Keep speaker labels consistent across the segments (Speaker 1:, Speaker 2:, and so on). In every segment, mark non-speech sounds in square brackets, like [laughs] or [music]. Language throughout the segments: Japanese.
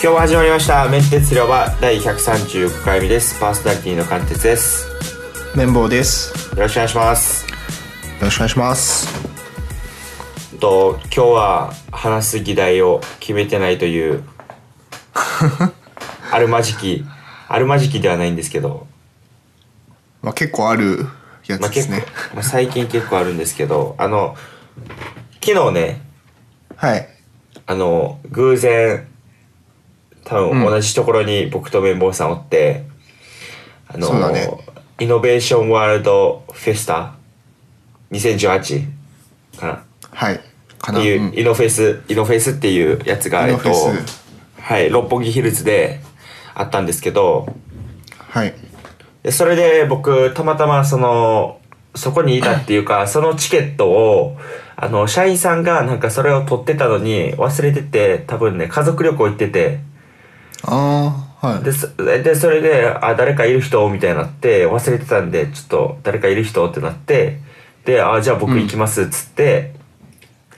Speaker 1: 今日も始まりましたメンテツ広場第135回目ですパーソナリティの貫徹ですよ
Speaker 2: 綿棒です
Speaker 1: ろしくお願いします
Speaker 2: よろしくお願いします
Speaker 1: と今日は話す議題を決めてないという
Speaker 2: [laughs]
Speaker 1: あるまじきあるまじきではないんですけど、
Speaker 2: まあ結構あるや
Speaker 1: ま
Speaker 2: つ
Speaker 1: あ、
Speaker 2: で
Speaker 1: 結
Speaker 2: す
Speaker 1: 構、
Speaker 2: ね、
Speaker 1: まあ最近結構あるんですけどあの昨日ね
Speaker 2: はい
Speaker 1: あの偶然多分
Speaker 2: うん
Speaker 1: 同じところに僕と綿棒さんおって、あの
Speaker 2: そうだね
Speaker 1: イノベーションワールドフェスタ2018かな
Speaker 2: はいか
Speaker 1: っ
Speaker 2: な
Speaker 1: ていう、
Speaker 2: うん
Speaker 1: イノフェスイノフェスっていうやつが
Speaker 2: イ
Speaker 1: え
Speaker 2: ノ
Speaker 1: っ
Speaker 2: フ
Speaker 1: と
Speaker 2: ェス
Speaker 1: はい六本木ヒルズであったんですけど
Speaker 2: はい
Speaker 1: でそれで僕たまたまそのそこにいたっていうかそのチケットをあの社員さんがなんかそれを取ってたのに忘れてて多分ね家族旅行行ってて
Speaker 2: ああはい
Speaker 1: でそでそれで「あ誰かいる人?」みたいになって忘れてたんでちょっと誰かいる人ってなってで「あじゃあ僕行きます」っつって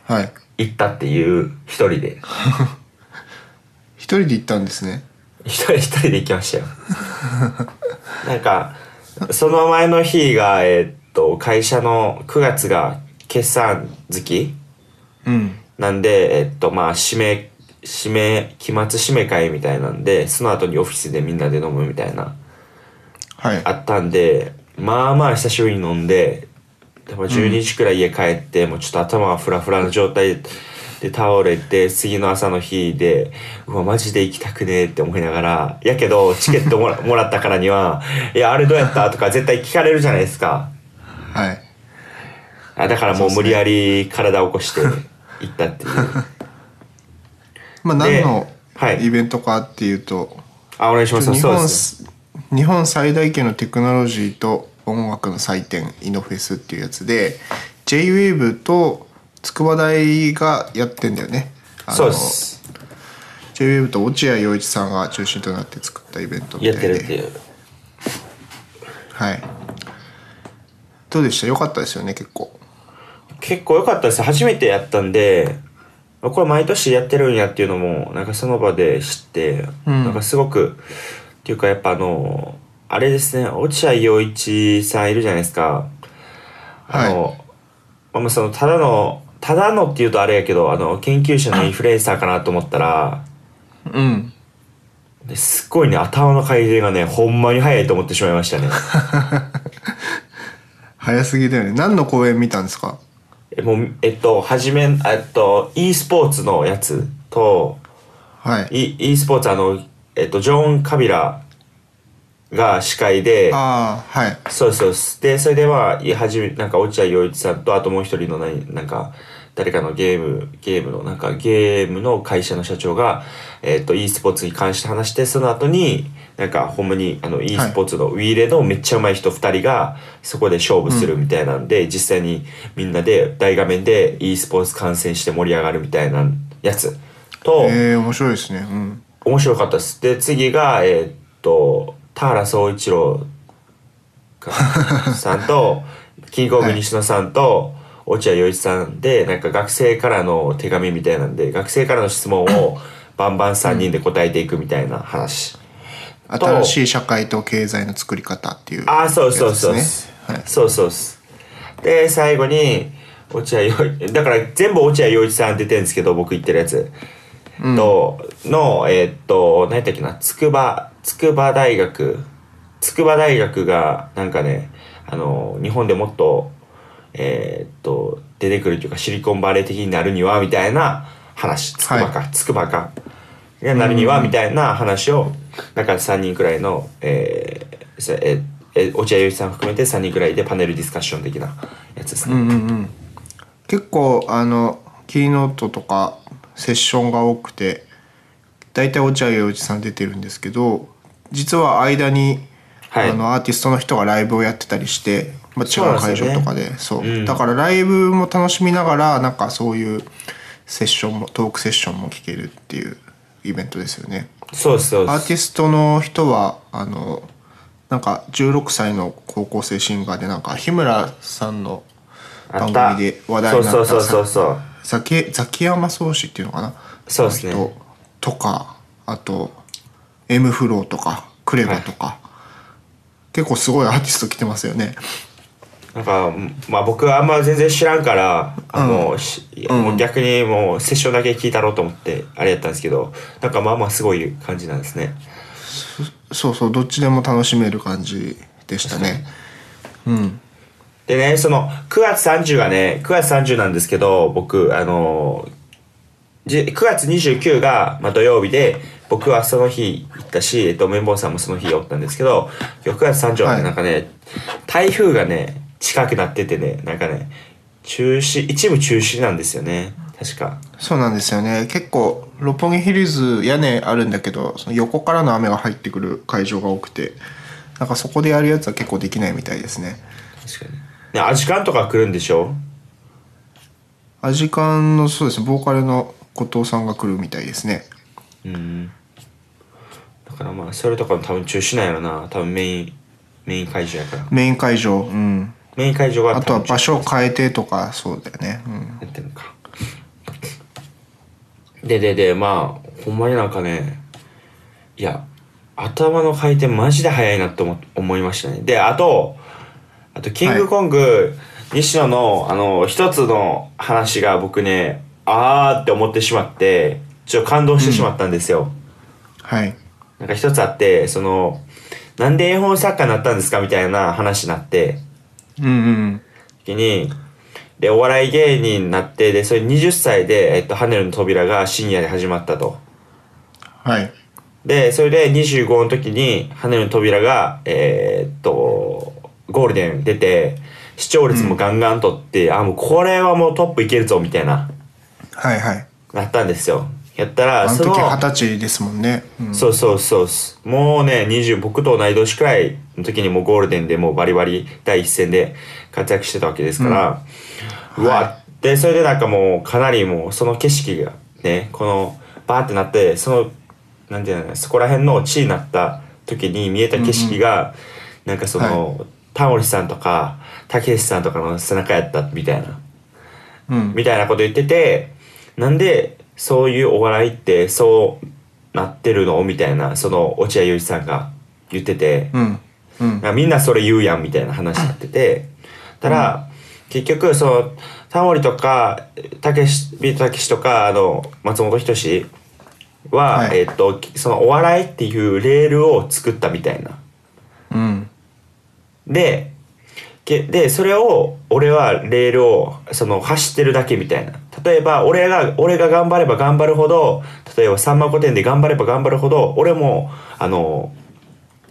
Speaker 2: はい
Speaker 1: 行ったっていう一人で
Speaker 2: 一人で行ったんですね
Speaker 1: 一人一人で行きましたよなんかその前の日がえーっと会社の9月が決算月
Speaker 2: うん
Speaker 1: なんでえーっとまあ締め締め期末締め会みたいなんでその後にオフィスでみんなで飲むみたいな
Speaker 2: はい
Speaker 1: あったんでまあまあ久しぶりに飲んででも12時くらい家帰って、もうちょっと頭がフラフラの状態で倒れて次の朝の日でうわマジで行きたくねえって思いながらやけどチケットもら [laughs] もらったからにはいやあれどうやったとか絶対聞かれるじゃないですか
Speaker 2: はい
Speaker 1: あだからもう
Speaker 2: そう
Speaker 1: 無理
Speaker 2: っすね
Speaker 1: やり体を起こして行った
Speaker 2: [laughs]
Speaker 1: っていう
Speaker 2: まあ
Speaker 1: で
Speaker 2: 何の
Speaker 1: はい
Speaker 2: イベントかっていうと、
Speaker 1: あお願いします
Speaker 2: 日
Speaker 1: そうで
Speaker 2: 本
Speaker 1: す
Speaker 2: 日本最大級のテクノロジーと音楽の祭典イノフェスっていうやつで JWAVE と筑波大がやってんだよねあの
Speaker 1: そうです
Speaker 2: JWAVE と落合陽一さんが中心となって作ったイベントみ
Speaker 1: やったて
Speaker 2: い
Speaker 1: る
Speaker 2: で
Speaker 1: っていう
Speaker 2: はいどうでした良かったですよね結構
Speaker 1: 結構良かったです初めてやったんでこれ毎年やってるんやっていうのもなんかその場で知って、
Speaker 2: うん
Speaker 1: なんかすごくっていうかやっぱあのあれですね落合陽一さんいるじゃないですかあの、まあそのただのただのっていうとあれやけどあの研究者のインフルエンサーかなと思ったら
Speaker 2: うん
Speaker 1: ですっごいね頭の回転がねほんまに早いと思ってしまいま
Speaker 2: [laughs]
Speaker 1: したね
Speaker 2: 早すぎだよね何の公演見たんですか
Speaker 1: えもうえっと初めえっと e スポーツのやつと
Speaker 2: はい
Speaker 1: い e スポーツあの、えっと、ジョン・カビラが司会で
Speaker 2: ああはい
Speaker 1: そうですそうですでそれでまあいはじめなんか落合陽一さんとあともう一人の何なんか誰かのゲームゲームのなんかゲームの会社の社長が、えっと e スポーツに関して話してその後になんかほんまにあの e スポーツのウィーレのめっちゃ上手い人2人がそこで勝負するみたいなんで、実際にみんなで大画面で e スポーツ観戦して盛り上がるみたいなやつと。
Speaker 2: ええ面白いですねうん
Speaker 1: 面白かったですで次がえーっと田原総一郎
Speaker 2: [laughs]
Speaker 1: かさんとキングオブ西野さんと落合陽一さんでなんか学生からの手紙みたいなんで学生からの質問
Speaker 2: [laughs]
Speaker 1: をバンバン3人で答えていくみたいな話、と
Speaker 2: 新しい社会と経済の作り方っていう
Speaker 1: ああそうそうそうで
Speaker 2: やつです
Speaker 1: す、
Speaker 2: ねはい
Speaker 1: そうそうですで最後に落合陽一だから全部落合陽一さん出てるんですけど僕言ってるやつ、とのえーっと何やったっけな筑波筑波大学筑波大学がなんかねあの日本でもっとえーっと出てくるというかシリコンバレー的になるにはみたいな話筑波か筑波かになるにはみたいな話をなんか3人くらいのえーせええ落合陽一さん含めて3人くらいでパネルディスカッション的なやつですね、
Speaker 2: うんうんうん結構あのキーノートとかセッションが多くて大体落合陽一さん出てるんですけど実は間に、
Speaker 1: はい
Speaker 2: あのアーティストの人がライブをやってたりして、まあ、違
Speaker 1: そうなん
Speaker 2: う
Speaker 1: です
Speaker 2: 会
Speaker 1: よね
Speaker 2: 場とかでそう
Speaker 1: うん
Speaker 2: だからライブも楽しみながらなんかそういうセッションもトークセッションも聞けるっていうイベントですよね。
Speaker 1: そうですそうで
Speaker 2: ア
Speaker 1: す
Speaker 2: ーティストの人はあのなんか16歳の高校生シンガーでなんか日村さんの
Speaker 1: あ
Speaker 2: 番
Speaker 1: った
Speaker 2: 組で話題にな
Speaker 1: そう
Speaker 2: っ
Speaker 1: そう
Speaker 2: た
Speaker 1: そうそうそう
Speaker 2: ザキザキヤマ宗師っていうのかな
Speaker 1: そうですね
Speaker 2: 人とかあと M フローとかクレバとか、結構すごいアーティスト来てますよね。
Speaker 1: なんか、まあ僕はあんま全然知らんから、あの、しもう逆にもうセッションだけ聞いたろうと思って、あれやったんですけど、なんかまあまあすごい感じなんですね。
Speaker 2: そうそうどっちでも楽しめる感じでしたね。うん。
Speaker 1: でね、その、9月30がね、9月30なんですけど、僕、あの、じ9月29が、まあ、土曜日で、僕はその日行ったし、えっと、綿棒さんもその日おったんですけど、今日9月30は
Speaker 2: はい
Speaker 1: ね、なんかね、台風がね、近くなっててね、なんかね、中止、一部中止なんですよね、確か。
Speaker 2: そうなんですよね結構六本木ヒルズ屋根あるんだけどその横からの雨が入ってくる会場が多くてなんかそこでやるやつは結構できないみたいですね
Speaker 1: 確かに。ね、アジカンとか来るんでしょ
Speaker 2: アジカンのそうですねボーカルの後藤さんが来るみたいですね
Speaker 1: うん。だからまあ、それとかも多分中止なんやろな、多分メイン、メイン会場やから。
Speaker 2: メイン会場うん
Speaker 1: メイン会場は
Speaker 2: あとは場
Speaker 1: 所
Speaker 2: 所を変えてとかそうだよねうん
Speaker 1: やってるのか。ででで、まあ、ほんまになんかね、いや、頭の回転マジで早いなって思思いましたね。で、あと、あと、キングコング、西野の、あの、一つの話が僕ね、あーって思ってしまって、ちょっと感動してしまったんですよ。
Speaker 2: はい
Speaker 1: なんか一つあって、その、なんで絵本作家になったんですかみたいな話になって、
Speaker 2: うんうん
Speaker 1: 時に、で、お笑い芸人になって、で、それ20歳で、えっと、ハネルの扉が深夜で始まったと。
Speaker 2: はい
Speaker 1: で、それで25の時に、ハネルの扉が、えーっと、ゴールデン出て、視聴率もガンガンとって、あ、もうこれはもうトップいけるぞ、みたいな、
Speaker 2: はいはい
Speaker 1: なったんですよ。やったら、
Speaker 2: あの
Speaker 1: そ
Speaker 2: 時
Speaker 1: の、
Speaker 2: 二十歳ですもんね、うん、
Speaker 1: そうそうそうっす。もうね、20、僕と同い年くらいの時にもうゴールデンでもうバリバリ第一線で活躍してたわけですから、うわ、
Speaker 2: は
Speaker 1: で、それでなんかもうかなりもうその景色がね、このバーってなって、その、なんていうのかなそこら辺の地になった時に見えた景色が、なんかその、タモリさんとか、たけしさんとかの背中やったみたいな。
Speaker 2: うん、
Speaker 1: みたいなこと言っててなんでそういうお笑いってそうなってるのみたいなその落合陽一さんが言ってて、
Speaker 2: うんうん
Speaker 1: なんかみんなそれ言うやんみたいな話になっててたら、結局そのタモリとかたけしビートたけしとかあの松本人志は、
Speaker 2: はい
Speaker 1: えっとそのお笑いっていうレールを作ったみたいな。
Speaker 2: うん
Speaker 1: でけでそれを俺はレールをその走ってるだけみたいな例えば俺が俺が頑張れば頑張るほど例えば「さんま御殿」で頑張れば頑張るほど俺もあの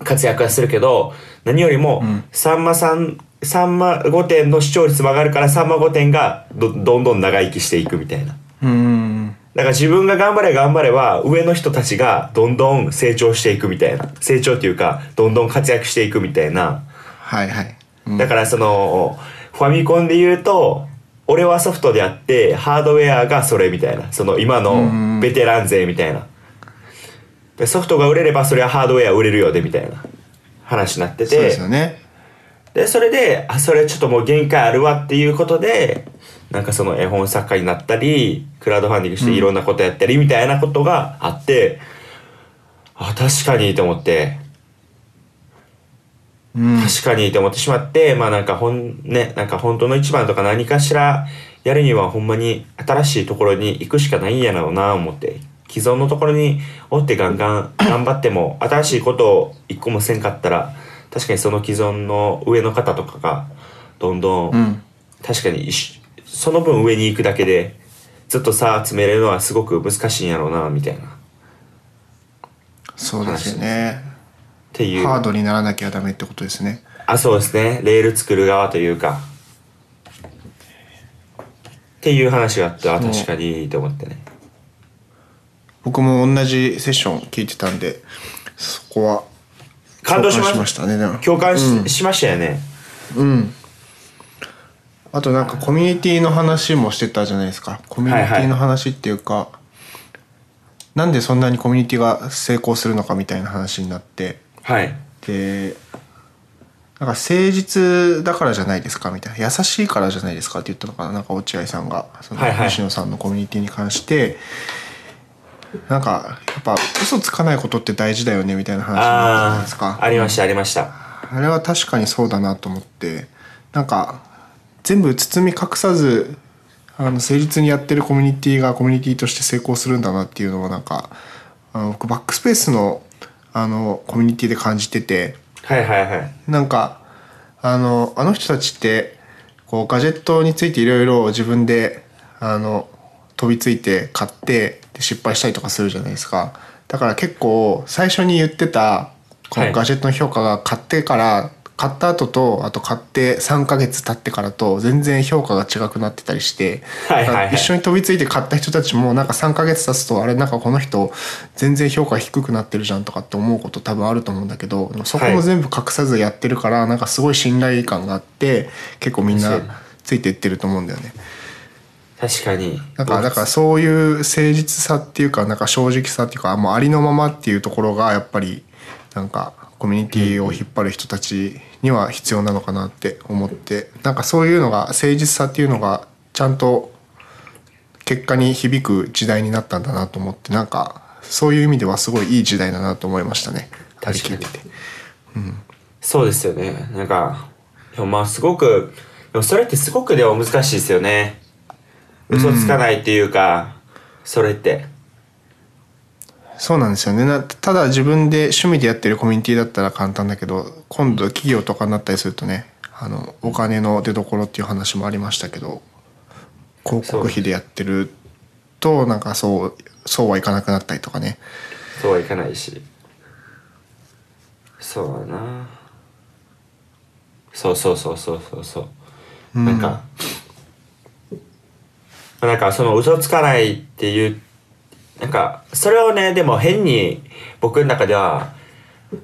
Speaker 1: 活躍はするけど何よりも、
Speaker 2: うん
Speaker 1: さんまさんさんま御殿の視聴率も上がるからさんま御殿がどどんどん長生きしていくみたいな
Speaker 2: うんうん
Speaker 1: だから自分が頑張れ頑張れば上の人たちがどんどん成長していくみたいな成長っていうかどんどん活躍していくみたいな
Speaker 2: はいはい、うん、
Speaker 1: だからそのファミコンで言うと俺はソフトであってハードウェアがそれみたいなその今
Speaker 2: うん
Speaker 1: のベテラン勢みたいなでソフトが売れればそれはハードウェア売れるよでみたいな話になってて
Speaker 2: そうですよね
Speaker 1: でそれであそれちょっともう限界あるわっていうことでなんかその絵本作家になったりクラウドファンディングしていろんなことやったりみたいなことがあって、あ確かにと思って
Speaker 2: うん
Speaker 1: 確かにって思ってしまってまあなんかほんねなんか本当の一番とか何かしらやるにはほんまに新しいところに行くしかないんやろうな思って既存のところにおってガンガン頑張っても新しいことを一個もせんかったら確かにその既存の上の方とかがどんどん、
Speaker 2: うん
Speaker 1: 確かに一緒その分上に行くだけでずっと差詰めれるのはすごく難しいんやろうなみたいなっ
Speaker 2: そうですよね
Speaker 1: ていう
Speaker 2: ハードにならなきゃダメってことですね
Speaker 1: あそうですねレール作る側というかっていう話があってあ
Speaker 2: そう
Speaker 1: 確かにと思ってね
Speaker 2: 僕も同じセッション聞いてたんでそこは
Speaker 1: 感動しまし
Speaker 2: 共感
Speaker 1: た
Speaker 2: ましたねでも
Speaker 1: 共感し,、
Speaker 2: うん
Speaker 1: しましたよね
Speaker 2: うんあとなんかコミュニティの話もしてたじゃないですかコミュニティの話っていうか、なんでそんなにコミュニティが成功するのかみたいな話になって
Speaker 1: はい
Speaker 2: でなんか誠実だからじゃないですかみたいな優しいからじゃないですかって言ったのかななんか落合さんがその
Speaker 1: はいはい
Speaker 2: 西野さんのコミュニティに関して、なんかやっぱ嘘つかないことって大事だよねみたいな話になったじゃない
Speaker 1: あ
Speaker 2: です
Speaker 1: あ
Speaker 2: か
Speaker 1: ありましたありました
Speaker 2: あれは確かにそうだなと思ってなんか全部包み隠さずあの誠実にやってるコミュニティがコミュニティとして成功するんだなっていうのはなんかあの僕バックスペースのあのコミュニティで感じてて
Speaker 1: はいはいはい
Speaker 2: なんかあのあの人たちってこうガジェットについていろいろ自分であの飛びついて買ってで失敗したりとかするじゃないですかだから結構最初に言ってたこ
Speaker 1: は
Speaker 2: の
Speaker 1: い
Speaker 2: ガジェットの評価が買ってから、買った後とあと買って3ヶ月経ってからと全然評価が違くなってたりして、
Speaker 1: はいはいはい
Speaker 2: だから一緒に飛びついて買った人たちもなんか3ヶ月経つとあれなんかこの人全然評価低くなってるじゃんとかって思うこと多分あると思うんだけどでもそこも全部隠さずやってるから、なんかすごい信頼感があって結構みんなついていってると思うんだよね。
Speaker 1: 確かに
Speaker 2: なんかだからそういう誠実さっていうかなんか正直さっていうかもうありのままっていうところがやっぱりなんかコミュニティを引っ張る人たちには必要なのかなって思ってなんかそういうのが誠実さっていうのがちゃんと結果に響く時代になったんだなと思ってなんかそういう意味ではすごいいい時代だなと思いましたね。
Speaker 1: 確かに
Speaker 2: あれ聞いてて
Speaker 1: そうですよねなんかでもまあすごくでもそれってすごくでも難しいですよね嘘つかないっていうか、それって
Speaker 2: そうなんですよねなただ自分で趣味でやってるコミュニティだったら簡単だけど今度企業とかになったりするとねあのお金の出所っていう話もありましたけど広告費でやってるとなんかそうそうはいかなくなったりとかね
Speaker 1: そうはいかないしそうだなそうそうそうそうそうそう、なんかなんかその嘘つかないっていうなんかそれをねでも変に僕の中では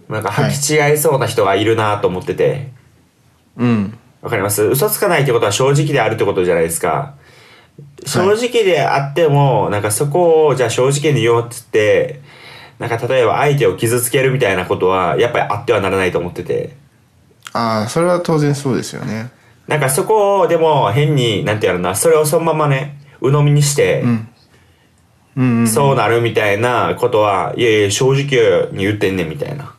Speaker 1: なんか
Speaker 2: はい
Speaker 1: 履き違えそうな人がいるなと思ってて、
Speaker 2: うん
Speaker 1: わかります嘘つかないってことは正直であるってことじゃないですか。正直であっても、なんかそこをじゃあ正直に言おうっつって、なんか例えば相手を傷つけるみたいなことは、やっぱりあってはならないと思ってて。
Speaker 2: ああそれは当然そうですよね
Speaker 1: なんかそこをでも変に、なんてやるな、それをそのままね、鵜呑みにして、
Speaker 2: うんうんうん
Speaker 1: そうなるみたいなことは、いやいや、正直に言ってんねんみたいな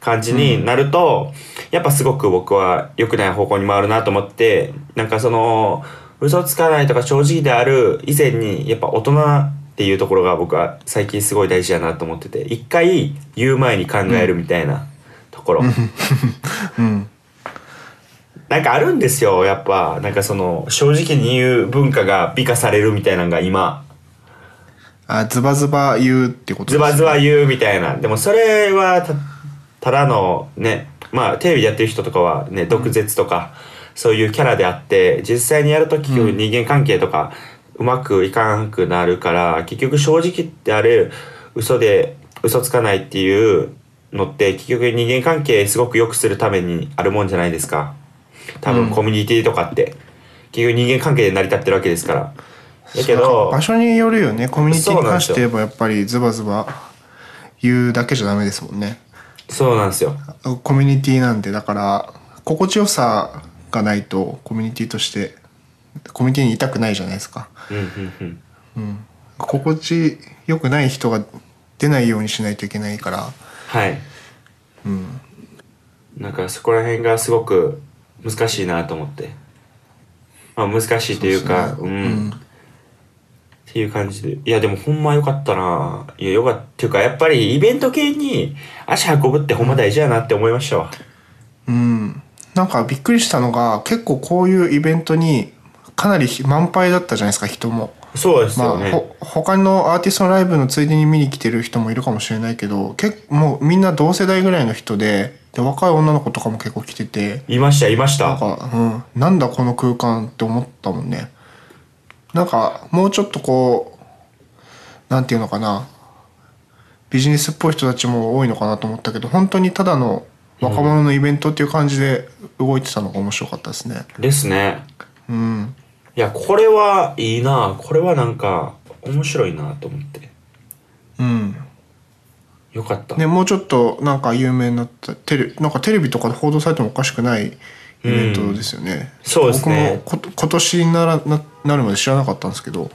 Speaker 1: 感じになると、やっぱすごく僕は良くない方向に回るなと思って、なんかその、嘘つかないとか正直である以前に、やっぱ大人っていうところが僕は最近すごい大事だなと思ってて、一回言う前に考えるみたいなところ。
Speaker 2: うん
Speaker 1: なんかあるんですよ、やっぱ。なんかその、正直に言う文化が美化されるみたいなのが今。
Speaker 2: あズバズバ言うってこと
Speaker 1: ズバズ
Speaker 2: バ
Speaker 1: バ言うみたいなでもそれはたただのねまあテレビでやってる人とかはね毒舌とかそういうキャラであって実際にやると結局人間関係とかうまくいかなくなるから結局正直ってあれ嘘で嘘つかないっていうのって結局人間関係すごく良くするためにあるもんじゃないですか多分コミュニティとかって、結局人間関係で成り立ってるわけですからだけど
Speaker 2: 場所によるよねコミュニティに関して言えばやっぱりズバズバ言うだけじゃダメですもんね
Speaker 1: そうなんですよ
Speaker 2: コミュニティなんでだから心地よさがないとコミュニティとしてコミュニティにいたくないじゃないですか
Speaker 1: うんうんうん
Speaker 2: 心地よくない人が出ないようにしないといけないから
Speaker 1: はい。なんかそこら辺がすごく難しいなと思って。まあ難しいというか、
Speaker 2: そううですね
Speaker 1: ん。っていう感じで。いやでもほんま良かったな。いや良かった。っていうかやっぱりイベント系に足運ぶってほんま大事やなって思いましたわ。
Speaker 2: うんなんかびっくりしたのが結構こういうイベントにかなり満杯だったじゃないですか人も。
Speaker 1: そうです
Speaker 2: ま
Speaker 1: よ
Speaker 2: あ、
Speaker 1: ね。
Speaker 2: ほ他のアーティストのライブのついでに見に来てる人もいるかもしれないけど結構もうみんな同世代ぐらいの人でで若い女の子とかも結構来てて
Speaker 1: いました、いまし
Speaker 2: なん
Speaker 1: た。
Speaker 2: か、うん、なんだこの空間って思ったもんねなんかもうちょっとこうなんていうのかなビジネスっぽい人たちも多いのかなと思ったけど本当にただの若者のイベントっていう感じで動いてたのが面白かったですね
Speaker 1: ですね。
Speaker 2: うん
Speaker 1: いや、これはいいな。これはなんか面白いなと思って。
Speaker 2: うん
Speaker 1: よかった。
Speaker 2: ねもうちょっとなんか有名になったテレなんかテレビとかで報道されてもおかしくないイベントですよね、
Speaker 1: そうですね
Speaker 2: 僕もこ今年にならななるまで知らなかったんですけど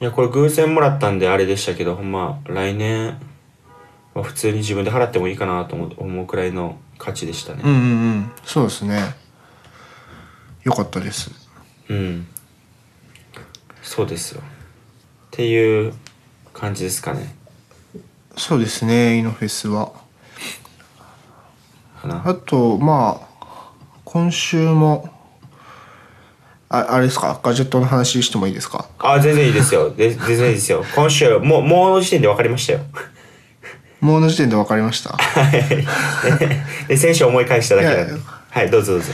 Speaker 1: いやこれ偶然もらったんであれでしたけどほんま来年は普通に自分で払ってもいいかなと思う思うくらいの価値でした
Speaker 2: う
Speaker 1: ね
Speaker 2: んうんうんそうですねよかったです
Speaker 1: うん、そうですよっていう感じですかね
Speaker 2: そうですねイノフェスは
Speaker 1: かな
Speaker 2: あとまあ今週もああれですかガジェットの話してもいいですか
Speaker 1: あ全然いいですよで全然いいですよ今週もうもうの時点で分かりましたよ
Speaker 2: もうの時点で分かり
Speaker 1: [laughs]
Speaker 2: ました
Speaker 1: はいで選手思い返しただけなんで
Speaker 2: いや
Speaker 1: はいどうぞどうぞ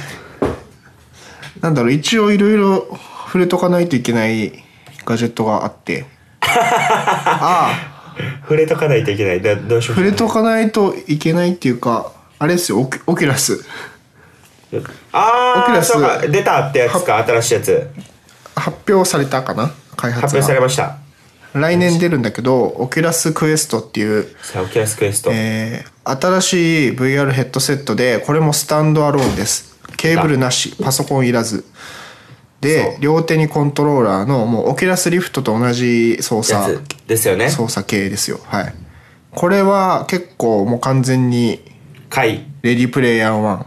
Speaker 2: なんだろう一応いろいろ触れとかないといけないガジェットがあって
Speaker 1: [laughs]
Speaker 2: ああ
Speaker 1: 触れとかないといけないだどうしよう
Speaker 2: 触れとかないといけないっていうかあれですよオキオキュラスオ
Speaker 1: あ
Speaker 2: キュ
Speaker 1: あ
Speaker 2: ラス
Speaker 1: そうか出たってやつか新しいやつ
Speaker 2: 発表されたかな開
Speaker 1: 発
Speaker 2: 発
Speaker 1: 表され
Speaker 2: が
Speaker 1: ました
Speaker 2: 来年出るんだけどオキュラスクエストっていう
Speaker 1: さあオキュラスクエスト、
Speaker 2: えー新しい VR ヘッドセットでこれもスタンドアローンですケーブルなしパソコンいらずで両手にコントローラーのもうオキュラスリフトと同じ操
Speaker 1: や
Speaker 2: 作
Speaker 1: つですよね
Speaker 2: 操作系ですよはいこれは結構もう完全に
Speaker 1: 回
Speaker 2: レディープレイヤー1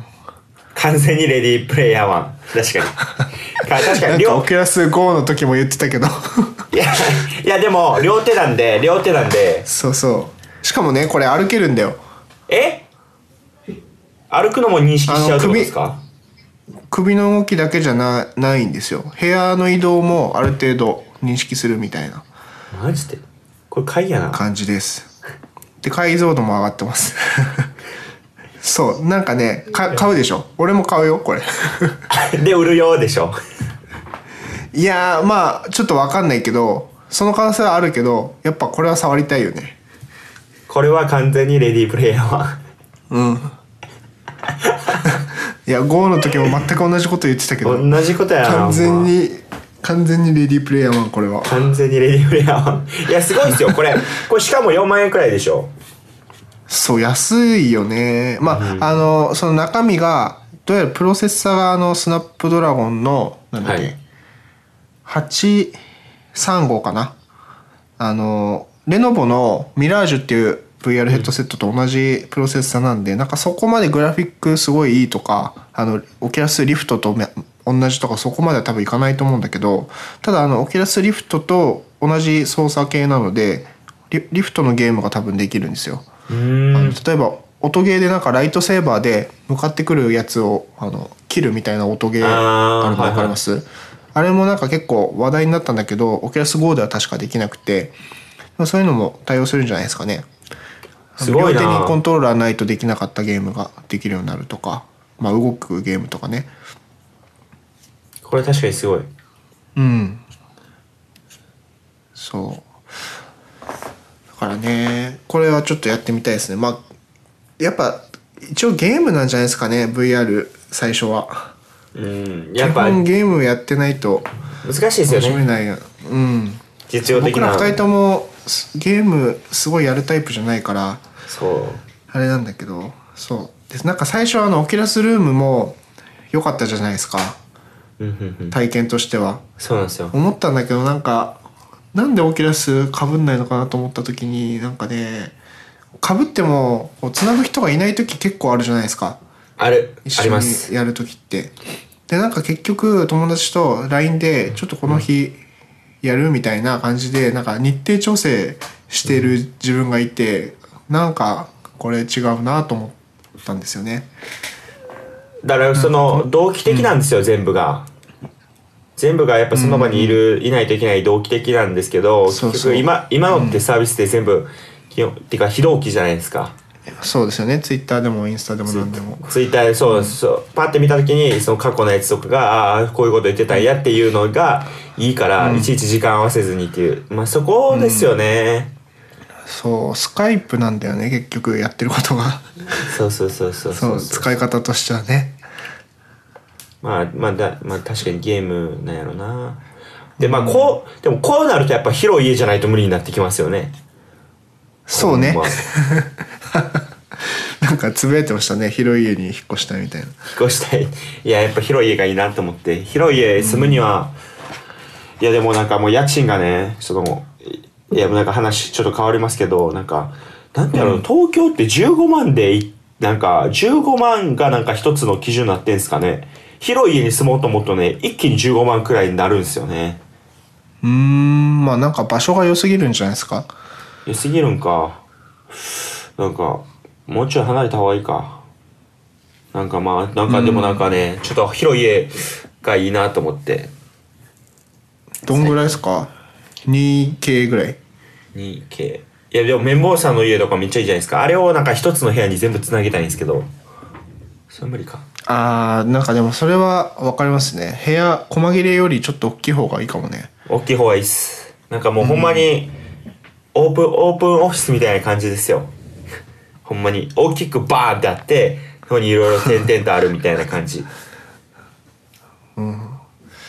Speaker 1: 完全にレディープレイヤー1確
Speaker 2: [laughs]
Speaker 1: かにか確か
Speaker 2: な
Speaker 1: に
Speaker 2: んかオ
Speaker 1: 両
Speaker 2: キュラス GO の時も言ってたけど
Speaker 1: い
Speaker 2: [laughs]
Speaker 1: やいやでも両手なんで両手なんで
Speaker 2: そうそうしかもねこれ歩けるんだよ
Speaker 1: え歩くのも認識しちゃうってことですか
Speaker 2: 首の動きだけじゃなないんですよ部屋の移動もある程度認識するみたいな
Speaker 1: マジでこれ回やな
Speaker 2: 感じですで解像度も上がってます [laughs] そうなんかねか買うでしょ俺も買うよこれ
Speaker 1: [laughs]
Speaker 2: [laughs]
Speaker 1: で売るようでしょ
Speaker 2: いやーまあちょっと分かんないけどその可能性はあるけどやっぱこれは触りたいよね
Speaker 1: これは完全にレディープレイヤー1
Speaker 2: うん [laughs] いや GO の時も全く同じこと言ってたけど
Speaker 1: 同じことやな
Speaker 2: 完
Speaker 1: ほん
Speaker 2: 全
Speaker 1: ま
Speaker 2: に完全にレディープレイヤーマンこれは
Speaker 1: 完全にレディープレイヤー1いやすごいですよこれこれしかも4万円くらいでしょ
Speaker 2: そう安いよねまあ、あのその中身がどうやらプロセッサー側のスナップドラゴンのなんだっ
Speaker 1: はい
Speaker 2: け、835かなあのレノボのミラージュっていう VR ヘッドセットと同じプロセッサーなんで、なんかそこまでグラフィックすごいいいとかあのオキュラスリフトとめ同じとかそこまでは多分いかないと思うんだけどただあのオキュラスリフトと同じ操作系なのでリリフトのゲームが多分できるんですよ。
Speaker 1: うー
Speaker 2: あの
Speaker 1: ん
Speaker 2: 例えば音ゲーでなんかライトセーバーで向かってくるやつをあの切るみたいな音ゲー
Speaker 1: あー
Speaker 2: あるの
Speaker 1: はいはい
Speaker 2: 分かります、あれもなんか結構話題になったんだけどオキュラス GO では確かできなくてでもそういうのも対応するんじゃないですかねあの
Speaker 1: すごいな
Speaker 2: 両手にコントローラーないとできなかったゲームができるようになるとか、まあ、動くゲームとかね
Speaker 1: これ確かにすごい
Speaker 2: うんそうだからねこれはちょっとやってみたいですねまあやっぱ一応ゲームなんじゃないですかね VR 最初は
Speaker 1: うん
Speaker 2: 基
Speaker 1: やっぱ
Speaker 2: 本
Speaker 1: 難
Speaker 2: ゲームやってないと
Speaker 1: しいですよ
Speaker 2: 楽しめ
Speaker 1: ね
Speaker 2: ないようん
Speaker 1: 実用的
Speaker 2: 僕
Speaker 1: な
Speaker 2: ら2人ともすゲームすごいやるタイプじゃないから
Speaker 1: そう
Speaker 2: あれなんだけどそうですなんか最初はあのオキュラスルームも良かったじゃないですか
Speaker 1: うんうんうん
Speaker 2: 体験としては
Speaker 1: そうなんですよ
Speaker 2: 思ったんだけどなんかなんでオキュラスかぶんないのかなと思った時になんかねかぶってもこうつなぐ人がいない時結構あるじゃないですか
Speaker 1: ある
Speaker 2: 一
Speaker 1: あり
Speaker 2: 緒
Speaker 1: ます
Speaker 2: にやる時ってでなんか結局友達と LINE でちょっとこの日やるみたいな感じでなんか日程調整してる自分がいてなんかこれ違うなと思ったんですよね
Speaker 1: だからその動機的なんですよ、全部が全部がやっぱその場にいる、いないといけない動機的なんですけど
Speaker 2: そうそう
Speaker 1: 結局今今のってサービスで全部、基本っていうか非同期じゃないですか
Speaker 2: そうですよね Twitter でもインスタでも何でも
Speaker 1: ツイッターでそうそうパッて見た時にその過去のやつとかがああこういうこと言ってたんやっていうのがいいから、いちいち時間合わせずにっていうまあそこですよね、
Speaker 2: そうスカイプなんだよね結局やってることが。
Speaker 1: そうそうそうそう
Speaker 2: そう使い方としてはね
Speaker 1: まあまあだまあ確かにゲームなんやろなでまあこうでもこうなるとやっぱ広い家じゃないと無理になってきますよね
Speaker 2: そうね
Speaker 1: ほんま
Speaker 2: [laughs] なんかつぶやいてましたね広い家に引っ越したいみたいな
Speaker 1: 引っ越したいいややっぱ広い家がいいなと思って広い家住むには、いやでもなんかもう家賃がねそのいやもうなんか話ちょっと変わりますけどなんかなんだろう、東京って15万でいなんか15万がなんか一つの基準になってんすかね広い家に住もうと思うとね一気に15万くらいになるんですよね
Speaker 2: うーんまあなんか場所が良すぎるんじゃないですか
Speaker 1: 良すぎるんかなんかもうちょい離れた方がいいかなんかまあなんかでもなんかね、ちょっと広い家がいいなと思って
Speaker 2: どんぐらいですか 2K ぐらい
Speaker 1: 2K いやでも綿棒さんの家とかめっちゃいいじゃないですかあれをなんか一つの部屋に全部つなげたいんですけどそれ無理か
Speaker 2: あーなんかでもそれは分かりますね部屋細切れよりちょっと大きい方がいいかもね
Speaker 1: 大きい方がいいっすなんかもうほんまにオープン、オープンオフィスみたいな感じですよ [laughs] ほんまに大きくバーンってあってそこにいろいろ点々とあるみたいな感じ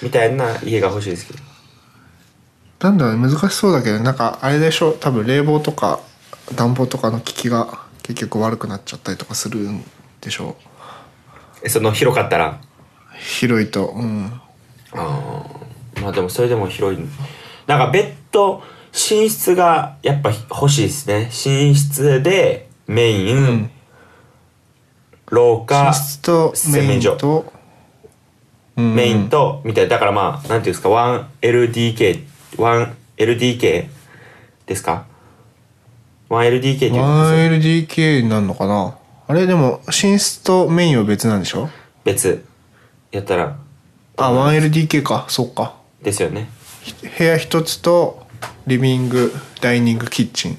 Speaker 1: みたいな家が欲しいですけど
Speaker 2: なんだろう難しそうだけどなんかあれでしょ多分冷房とか暖房とかの効きが結局悪くなっちゃったりとかするんでしょ
Speaker 1: えその広かったら
Speaker 2: う広いとうん
Speaker 1: あーまあでもそれでも広いなんかベッド寝室がやっぱ欲しいですね寝室でメイン、
Speaker 2: ん
Speaker 1: 廊下
Speaker 2: 寝室とメインとうん
Speaker 1: メインとみたいなだからまあなんていうんですか 1LDK1LDK ですか 1LDK っていうんですよ
Speaker 2: 1LDK になるのかなあれでも寝室とメインは別なんでしょ
Speaker 1: 別やったら
Speaker 2: あ 1LDK かそうか
Speaker 1: ですよね
Speaker 2: ひ部屋一つとリビングダイニングキッチンっ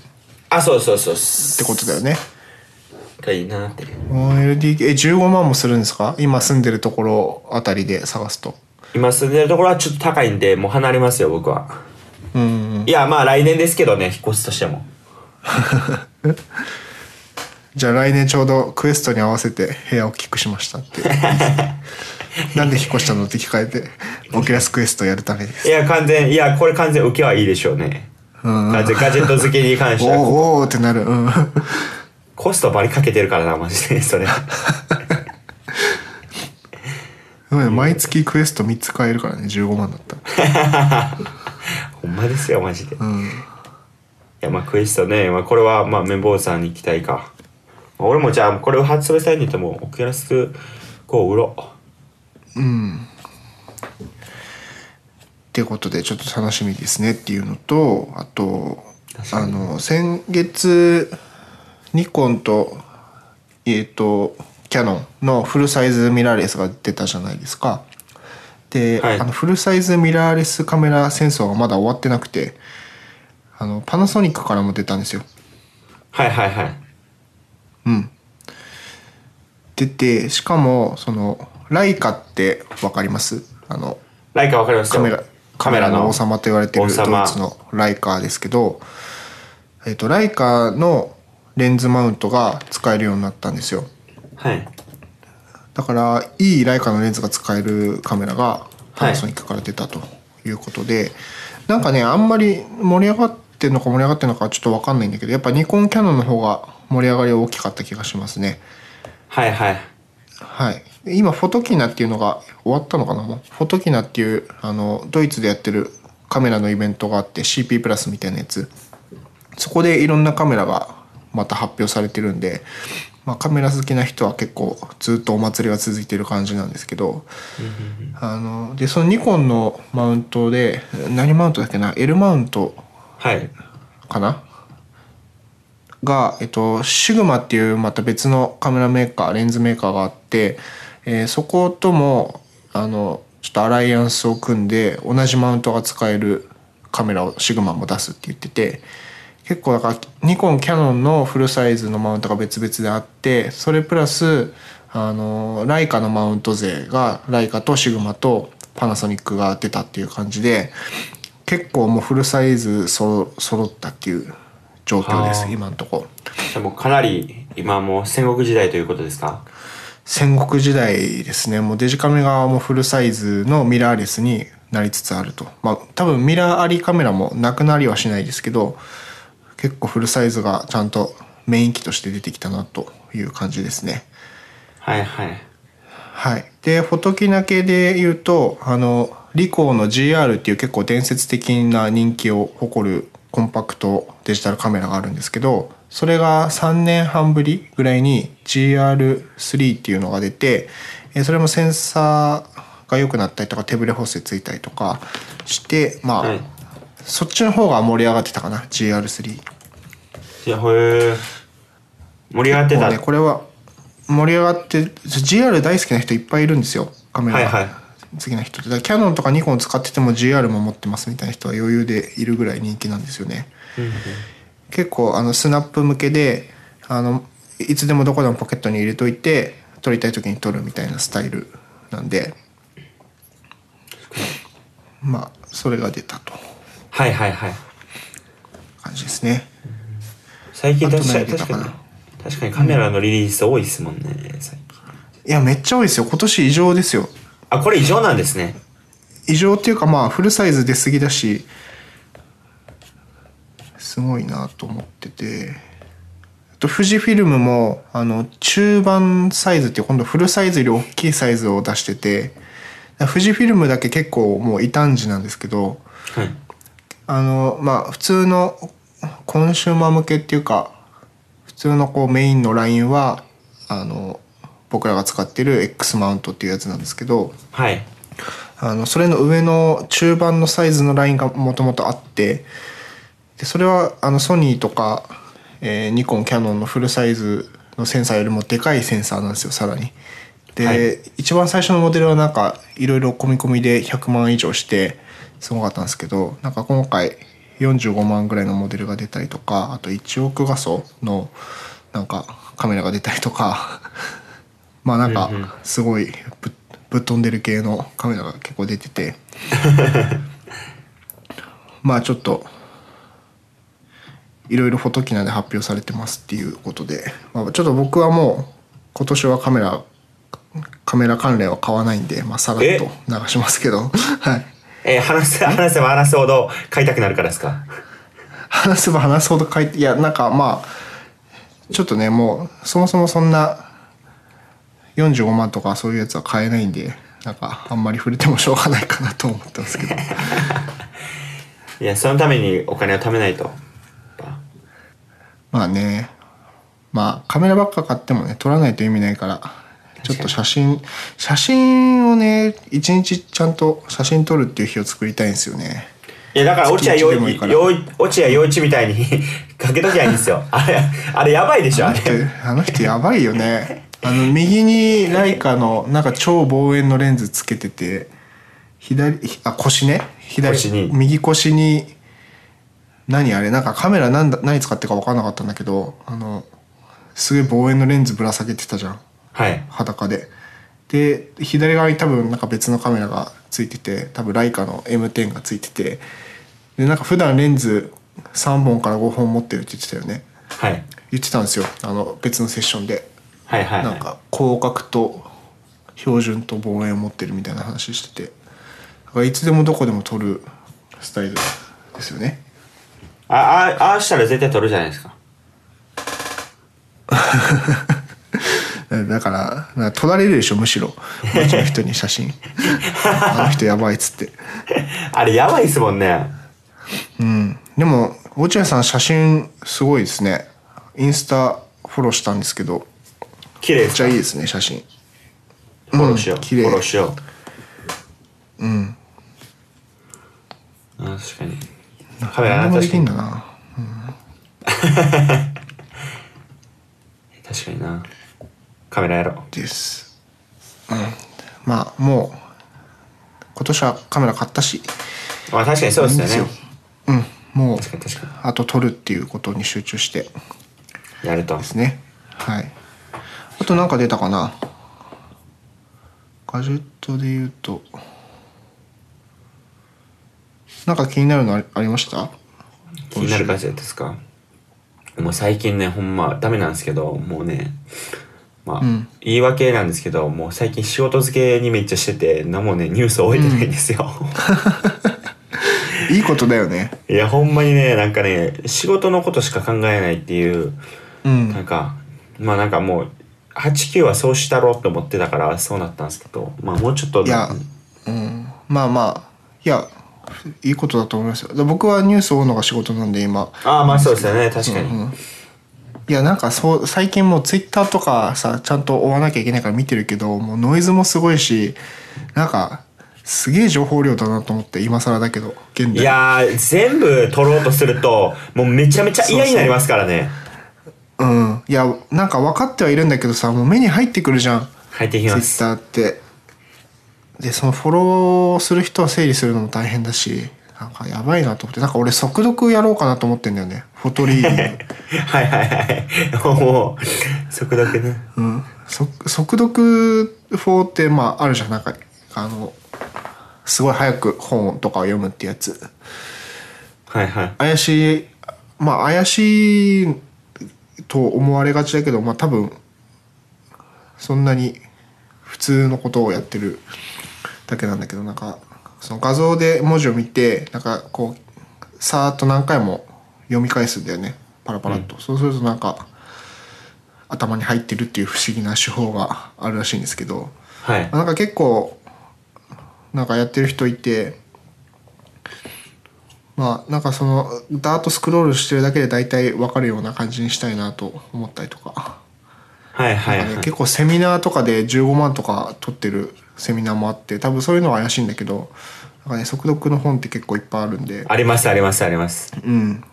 Speaker 1: あそうそうそうって
Speaker 2: ことだよね
Speaker 1: がいいなって
Speaker 2: 1LDK え15万もするんですか今住んでるところあたりで探すと
Speaker 1: 今住んでるところはちょっと高いんでもう離れますよ僕は
Speaker 2: うん
Speaker 1: いやまあ来年ですけどね引っ越しとしても
Speaker 2: じゃあ来年ちょうどクエストに合わせて部屋を大きくしました [laughs] っていうなんで引っ越したのって聞かれてオキュラスクエストやるためで
Speaker 1: い
Speaker 2: す
Speaker 1: や完全いやこれ完全受けはいいでしょうね
Speaker 2: うん
Speaker 1: 完全ガジェット好きに関し
Speaker 2: [laughs] お
Speaker 1: ては
Speaker 2: ーおーってなるうん [laughs]
Speaker 1: コストバリかけてるからなマジでそれ
Speaker 2: そうね毎月クエスト3つ買えるからね15万だったら
Speaker 1: ほんまですよマジでい
Speaker 2: うん
Speaker 1: やまあクエストね、まあ、これはまあ綿棒さんに期待かまあ俺もじゃあこれを発売されにともオキュラスこう売ろう
Speaker 2: ってことでちょっと楽しみですねっていうのとあと
Speaker 1: 確か
Speaker 2: あ
Speaker 1: に
Speaker 2: の先月ニコンとえっ、とキャノンのフルサイズミラーレスが出たじゃないですか。で、
Speaker 1: はい
Speaker 2: あのフルサイズミラーレスカメラ戦争がまだ終わってなくてあのパナソニックからも出たんですよ。
Speaker 1: はいはいはい
Speaker 2: うん、出てしかもそのライカって分かりますあの
Speaker 1: ライカわかりますよ
Speaker 2: カメラカメラの王様と言われて
Speaker 1: 王
Speaker 2: るドイ
Speaker 1: 様
Speaker 2: ツのライカーですけど、えっとライカーのレンズマウントが使えるようになったんですよ
Speaker 1: はい
Speaker 2: だからいいライカーのレンズが使えるカメラがパ
Speaker 1: はい
Speaker 2: ナソニックから出たということで、なんかねあんまり盛り上がってるのか盛り上がってるのかちょっと分かんないんだけどやっぱニコンキャノンの方が盛り上がりは大きかった気がしますね
Speaker 1: はいはい
Speaker 2: はい、今フォトキナっていうのが終わったのかなもうフォトキナっていうあのドイツでやってるカメラのイベントがあって CP プラスみたいなやつそこでいろんなカメラがまた発表されてるんで、まあ、カメラ好きな人は結構ずっとお祭りが続いてる感じなんですけどあのでそのニコンのマウントで何マウントだっけな L マウント
Speaker 1: はい
Speaker 2: かなが、えっと、シグマっていうまた別のカメラメーカーレンズメーカーがあって、えーそこともあのちょっとアライアンスを組んで同じマウントが使えるカメラをシグマも出すって言ってて結構だからニコンキャノンのフルサイズのマウントが別々であってそれプラスあのライカのマウント勢がライカとシグマとパナソニックが出たっていう感じで結構もうフルサイズそ揃ったっていう状況で
Speaker 1: は
Speaker 2: す
Speaker 1: あ
Speaker 2: 今のところ。
Speaker 1: じゃあもうかなり今もう戦国時代ということですか
Speaker 2: 戦国時代ですねもうデジカメがもうフルサイズのミラーレスになりつつあるとまあ多分ミラーありカメラもなくなりはしないですけど結構フルサイズがちゃんとメイン機として出てきたなという感じですね
Speaker 1: はいはい
Speaker 2: はいでフォトキナ系で言うとあのリコーの GR っていう結構伝説的な人気を誇るコンパクトデジタルカメラがあるんですけどそれが3年半ぶりぐらいに GR3 っていうのが出てえーそれもセンサーが良くなったりとか手ブレ補正ついたりとかしてまあ、
Speaker 1: はい
Speaker 2: そっちの方が盛り上がってたかな GR3。
Speaker 1: いや、へえ。盛り上がって
Speaker 2: も
Speaker 1: た。
Speaker 2: うねこれは盛り上がって GR 大好きな人いっぱいいるんですよカメラ
Speaker 1: はい
Speaker 2: が
Speaker 1: はい。
Speaker 2: 好きな人ってだからキャノンとかニコン使ってても GR も持ってますみたいな人は余裕でいるぐらい人気なんですよね結構あのスナップ向けであのいつでもどこでもポケットに入れといて撮りたい時に撮るみたいなスタイルなんでまあそれが出たと
Speaker 1: はいはいはい。
Speaker 2: 感じですね
Speaker 1: 最近
Speaker 2: あと
Speaker 1: 確か
Speaker 2: 何
Speaker 1: に、
Speaker 2: 出た
Speaker 1: 確
Speaker 2: かな
Speaker 1: かに、確かにカメラのリリース多いですもんね、最近。
Speaker 2: いやめっちゃ多いですよ今年異常ですよ
Speaker 1: あ、これ異常なんですね。
Speaker 2: 異常っていうかまあフルサイズ出過ぎだしすごいなと思っててあと富士フィルムもあの中盤サイズっていう今度フルサイズより大きいサイズを出してて富士フィルムだけ結構もう異端児なんですけど
Speaker 1: はい。
Speaker 2: あのまあ普通のコンシューマー向けっていうか普通のこうメインのラインはあの僕らが使ってる X マウントっていうやつなんですけど
Speaker 1: はい。
Speaker 2: あのそれの上の中盤のサイズのラインがもともとあってでそれはあのソニーとか、えーニコンキャノンのフルサイズのセンサーよりもでかいセンサーなんですよさらに。で、
Speaker 1: はい
Speaker 2: 一番最初のモデルはなんかいろいろ込み込みで100万以上してすごかったんですけどなんか今回45万ぐらいのモデルが出たりとかあと1億画素のなんかカメラが出たりとかまあなんか
Speaker 1: うんうん
Speaker 2: すごいぶぶっ飛んでる系のカメラが結構出て
Speaker 1: [laughs]
Speaker 2: てまあちょっといろいろフォトキナで発表されてますっていうことで、まあ、ちょっと僕はもう今年はカメラカメラ関連は買わないんで、まあ、さらっ
Speaker 1: え
Speaker 2: と流しますけど、 [laughs] はい、
Speaker 1: えー話せ、話せば話すほど買いたくなるからですか。
Speaker 2: 話せば話すほど書いていやなんかまあちょっとねもうそもそもそんな45万とかそういうやつは買えないんでなんかあんまり触れてもしょうがないかなと思ってますけど
Speaker 1: いや、そのためにお金を貯めないと。
Speaker 2: まあねまあカメラばっか買ってもね撮らないと意味ないからちょっと写真写真をね一日ちゃんと写真撮るっていう日を作りたいんですよね
Speaker 1: いや、だから落合
Speaker 2: 月一
Speaker 1: 陽
Speaker 2: でもいい
Speaker 1: 一、
Speaker 2: から
Speaker 1: 陽一落合陽一みたいに [laughs] かけときゃいいんですよ。あれ、あれやばいでしょ、あれ。
Speaker 2: あの人やばいよねあの右にライカのなんか超望遠のレンズつけてて左ひあ腰ね左
Speaker 1: 腰に
Speaker 2: 右腰に何あれなんかカメラ何だ何使ってるか分かんなかったんだけどあのすごい望遠のレンズぶら下げてたじゃん
Speaker 1: はい。
Speaker 2: 裸でで左側に多分なんか別のカメラがついてて多分ライカの M10 がついててでなんか普段レンズ3本から5本持ってるって言ってたよね
Speaker 1: はい。
Speaker 2: 言ってたんですよあの別のセッションで
Speaker 1: はいはい
Speaker 2: なん
Speaker 1: は
Speaker 2: か広角と標準と望遠を持ってるみたいな話しててだからいつでもどこでも撮るスタイルですよね
Speaker 1: い。あ、あ、ああしたら絶対取るじゃないですか。 [laughs]
Speaker 2: だからなんか撮られるでしょむしろ街の人に写真 [laughs] あの人やばいっつって
Speaker 1: あれやばいですもんね。
Speaker 2: うんでも落合さん写真すごいですねインスタフォローしたんですけど
Speaker 1: 綺麗
Speaker 2: め
Speaker 1: で
Speaker 2: っ
Speaker 1: す
Speaker 2: ちゃ
Speaker 1: か
Speaker 2: いいですね写真
Speaker 1: フォローしよう。
Speaker 2: うん
Speaker 1: フ
Speaker 2: 綺麗
Speaker 1: ォローしよう。うん。確かに。カメラな
Speaker 2: 何でもで
Speaker 1: 確か
Speaker 2: きん
Speaker 1: に。
Speaker 2: だな
Speaker 1: 確かにな。カメラやろう。
Speaker 2: です、うん、まあもう今年はカメラ買ったし
Speaker 1: まあ確かにそうですよ
Speaker 2: いいん
Speaker 1: ね
Speaker 2: で。すうんもう
Speaker 1: 確かに確か
Speaker 2: あと撮るっていうことに集中してで
Speaker 1: に。やると。
Speaker 2: すねはいあと何か出たかなガジェットで言うとなんか気になるのありありました
Speaker 1: 気になるガジェットですかもう最近ねほんまダメなんですけどもうねまあ、
Speaker 2: うん
Speaker 1: 言い訳なんですけどもう最近仕事付けにめっちゃしてて何もねニュース覚えてないんですよ、
Speaker 2: いいことだよね
Speaker 1: [laughs] いやほんまにねなんかね仕事のことしか考えないっていう
Speaker 2: うん
Speaker 1: なんかまあなんかもう89はそうしたろうと思ってたからそうなったんですけどまあもうちょっと
Speaker 2: いや、うん、まあまあいやいいことだと思いますよで僕はニュースを追うのが仕事なんで今
Speaker 1: ああまあそうですよね確かに、
Speaker 2: いやなんかそう最近もうツイッターとかさちゃんと追わなきゃいけないから見てるけどもうノイズもすごいしなんかすげえ情報量だなと思って今更だけど現
Speaker 1: い
Speaker 2: 代
Speaker 1: やー全部取ろうとするともうめちゃめちゃ嫌になりますからね
Speaker 2: うんいやなんか分かってはいるんだけどさもう目に入ってくるじゃん
Speaker 1: 入ってき
Speaker 2: ツイ
Speaker 1: ま
Speaker 2: ッ
Speaker 1: す
Speaker 2: ターってでそのフォローする人は整理するのも大変だしなんかやばいなと思ってなんか俺速読やろうかなと思ってんだよねフォトリーディング
Speaker 1: はいはいはいもう速読ね
Speaker 2: うん、そ速読法ってまああるじゃんなんかあのすごい早く本とかを読むってやつ
Speaker 1: はいはい
Speaker 2: 怪しいまあ怪しいと思われがちだけどまあ多分そんなに普通のことをやってるだけなんだけどなんかその画像で文字を見てなんかこうさーっと何回も読み返すんだよねパラパラっと、そうするとなんか頭に入ってるっていう不思議な手法があるらしいんですけど
Speaker 1: はい
Speaker 2: なんか結構なんかやってる人いてまあなんかそのダーッとスクロールしてるだけで大体わかるような感じにしたいなと思ったりとか、
Speaker 1: はいはい
Speaker 2: なんか
Speaker 1: は
Speaker 2: ね
Speaker 1: い
Speaker 2: 結構セミナーとかで15万とか取ってるセミナーもあって多分そういうのは怪しいんだけどなんかね速読の本って結構いっぱいあるんで
Speaker 1: ありますありますあります
Speaker 2: うん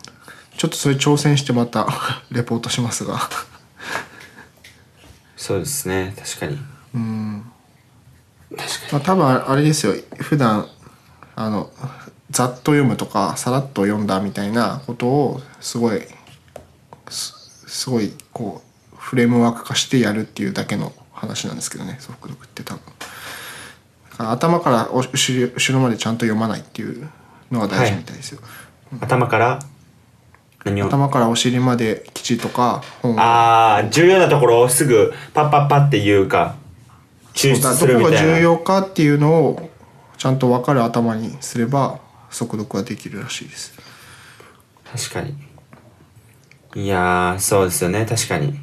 Speaker 2: ちょっとそれ挑戦してまた [laughs] レポートしますが
Speaker 1: そうですね確かに
Speaker 2: まあ多分あれですよ普段あのざっと読むとかさらっと読んだみたいなことをすごいすすごいこうフレームワーク化してやるっていうだけの話なんですけどね速読って多分だから頭からお後ろ後ろまでちゃんと読まないっていうのが大事みたいですよ、
Speaker 1: 頭から何を
Speaker 2: 頭からお尻まで基地とか本を
Speaker 1: ああ重要なところをすぐパッパッパっていうか抽出
Speaker 2: だ
Speaker 1: す
Speaker 2: か
Speaker 1: る
Speaker 2: らどこ
Speaker 1: み
Speaker 2: が
Speaker 1: た
Speaker 2: 重
Speaker 1: いな
Speaker 2: 要かっていうのをちゃんと分かる頭にすれば速読はできるらしいです
Speaker 1: 確かにいやーそうですよね確かに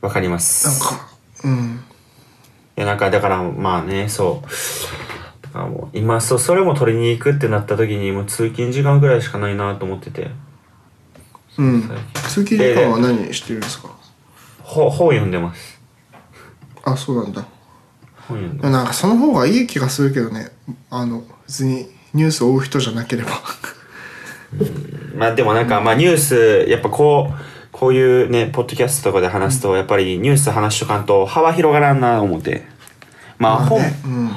Speaker 1: わかります
Speaker 2: なんかうん
Speaker 1: いやなんかだからまあねそうだからもう今そうそれも取りに行くってなった時にもう通勤時間ぐらいしかないなと思ってて
Speaker 2: うん通勤時間は何してるんですか
Speaker 1: ほ本読んでます
Speaker 2: あそうなんだ
Speaker 1: 本読んで
Speaker 2: でもなんかその方がいい気がするけどねあの別にニュースを追う人じゃなければ
Speaker 1: まあでもなんか、まあニュースやっぱこうこういうねポッドキャストとかで話すとやっぱりニュース話しとかんと幅広がらんな思ってまあ本
Speaker 2: ねうん
Speaker 1: ま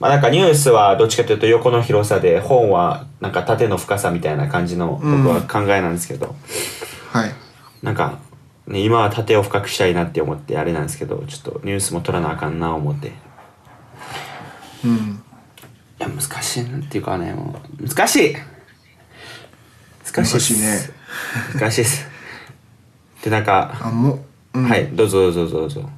Speaker 1: あなんかニュースはどっちかというと横の広さで本はなんか縦の深さみたいな感じの僕は考えなんですけど、
Speaker 2: はい
Speaker 1: なんか、ね、今は縦を深くしたいなって思ってあれなんですけどちょっとニュースも取らなあかんな思ってい
Speaker 2: うん
Speaker 1: や難しいなっていうかねもう難しい難しいっす
Speaker 2: 難しいね
Speaker 1: 難しいですでなんか、
Speaker 2: あもう、うん
Speaker 1: はいどうぞどうぞどうぞ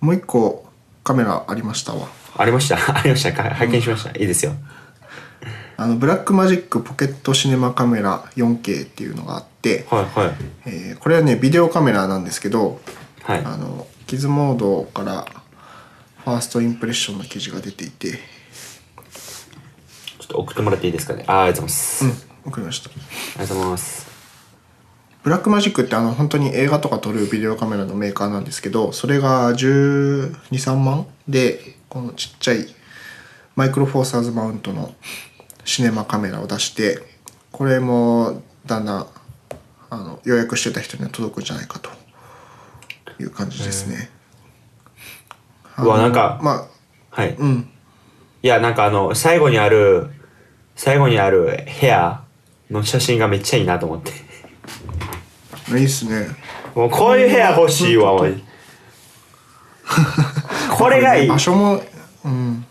Speaker 2: もう一個カメラありましたわ
Speaker 1: ありました [laughs] ありましたか拝見しました、いいですよ
Speaker 2: あのブラックマジックポケットシネマカメラ 4K っていうのがあって、
Speaker 1: はいはい
Speaker 2: えーこれはねビデオカメラなんですけど
Speaker 1: はい
Speaker 2: あのキズモードからファーストインプレッションの記事が出ていて
Speaker 1: ちょっと送ってもらっていいですかねあーありがとうございます、
Speaker 2: うん
Speaker 1: あ
Speaker 2: 送りました
Speaker 1: りがとうございます
Speaker 2: ブラックマジックってあの本当に映画とか撮るビデオカメラのメーカーなんですけどそれが1213万でこのちっちゃいマイクロフォーサーズマウントのシネマカメラを出してこれもだんだんあの予約してた人には届くんじゃないかという感じですね。
Speaker 1: うわ
Speaker 2: あの
Speaker 1: なんか
Speaker 2: まあ
Speaker 1: はい
Speaker 2: うん
Speaker 1: いや、なんかあの、最後にある、最後にある部屋の写真がめっちゃいいなと思って。 [laughs]
Speaker 2: いいっすね。
Speaker 1: もうこういう部屋欲しいわ、おい。これがいい。い
Speaker 2: 場所もうん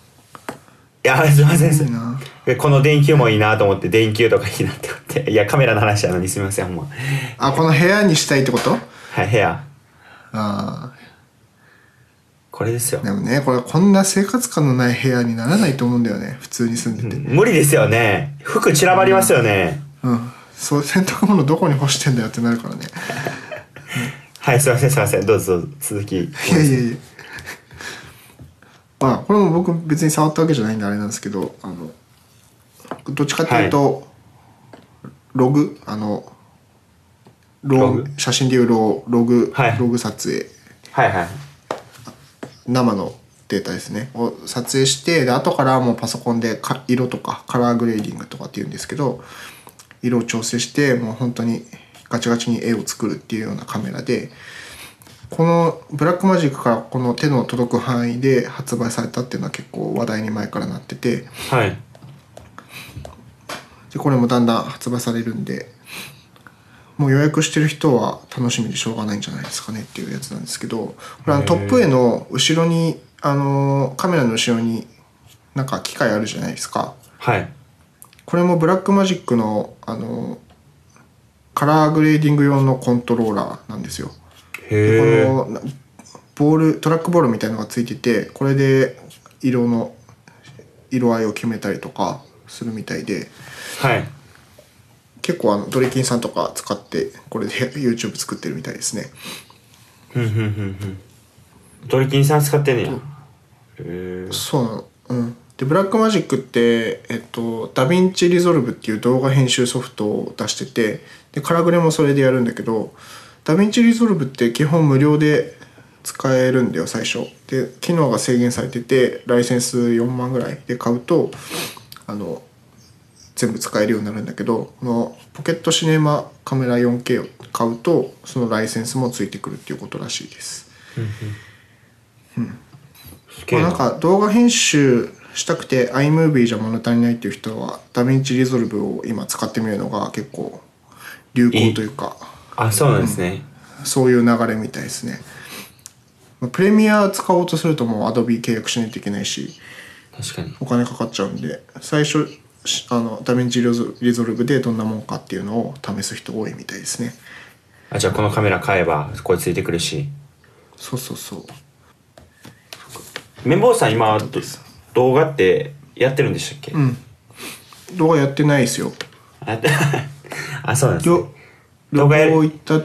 Speaker 1: や、すいませんす
Speaker 2: い
Speaker 1: い
Speaker 2: いな。
Speaker 1: ません。この電球もいいなと思って、電球とかいいなって思って。いや、カメラの話なのにすみません、ほんま。
Speaker 2: あこの部屋にしたいってこと
Speaker 1: はい、部屋。
Speaker 2: ああ
Speaker 1: これですよ
Speaker 2: で。もねこれこんな生活感のない部屋にならないと思うんだよね普通に住んでて
Speaker 1: 無理ですよね。服散らばりますよね。
Speaker 2: うん、そう [laughs] 洗濯物どこに干してんだよってなるからね
Speaker 1: はい、すいません、すいません。どうぞ、続き。
Speaker 2: いやいやいやまあこれも僕別に触ったわけじゃないんであれなんですけどあのどっちかっていうと、ログあのロ
Speaker 1: ロ
Speaker 2: グ
Speaker 1: グ
Speaker 2: 写真でいうロログ、
Speaker 1: はい
Speaker 2: ログ撮影
Speaker 1: はいはい
Speaker 2: 生のデータですねを撮影してで後からもうパソコンでか色とかカラーグレーディングとかっていうんですけど色を調整してもう本当にガチガチに絵を作るっていうようなカメラでこのブラックマジックからこの手の届く範囲で発売されたっていうのは結構話題に前からなってて
Speaker 1: はい
Speaker 2: でこれもだんだん発売されるんでもう予約してる人は楽しみでしょうがないんじゃないですかねっていうやつなんですけどこれあの
Speaker 1: へー
Speaker 2: トップ絵の後ろにあのーカメラの後ろになんか機械あるじゃないですか
Speaker 1: はい
Speaker 2: これもブラックマジックのあのーカラーグレーディング用のコントローラーなんですよこ
Speaker 1: へえ
Speaker 2: のなボールトラックボールみたいのがついててこれで色の色合いを決めたりとかするみたいで
Speaker 1: はい
Speaker 2: 結構あのドリキンさんとか使ってこれで [laughs] YouTube 作ってるみたいですね
Speaker 1: ふんふんふんふんドリキンさん使ってんねやへえ
Speaker 2: そうなのうんでブラックマジックって、えっと、ダヴィンチリゾルブっていう動画編集ソフトを出しててでカラグレもそれでやるんだけどダヴィンチリゾルブって基本無料で使えるんだよ最初で機能が制限されててライセンス4万ぐらいで買うとあの全部使えるようになるんだけどこのポケットシネマカメラ 4K を買うとそのライセンスもついてくるっていうことらしいです
Speaker 1: すげ
Speaker 2: ま
Speaker 1: えな
Speaker 2: あ、なんか動画編集したくて iMovie じゃ物足りないっていう人はダヴィンチリゾルブを今使ってみるのが結構流行というか
Speaker 1: あそうなんですね、
Speaker 2: そういう流れみたいですねまあプレミア使おうとするともう Adobe 契約しないといけないし
Speaker 1: 確かに
Speaker 2: お金かかっちゃうんで最初しあのダヴィンチリゾリゾルブでどんなもんかっていうのを試す人多いみたいですね
Speaker 1: あじゃあこのカメラ買えばこれついてくるし
Speaker 2: そうそうそう
Speaker 1: 綿棒さん今ど動画ってやってるんでしたっけ、
Speaker 2: うん動画やってないですよ
Speaker 1: あ [laughs] あそうなんです、ね動
Speaker 2: 旅、旅
Speaker 1: 画や
Speaker 2: 行行った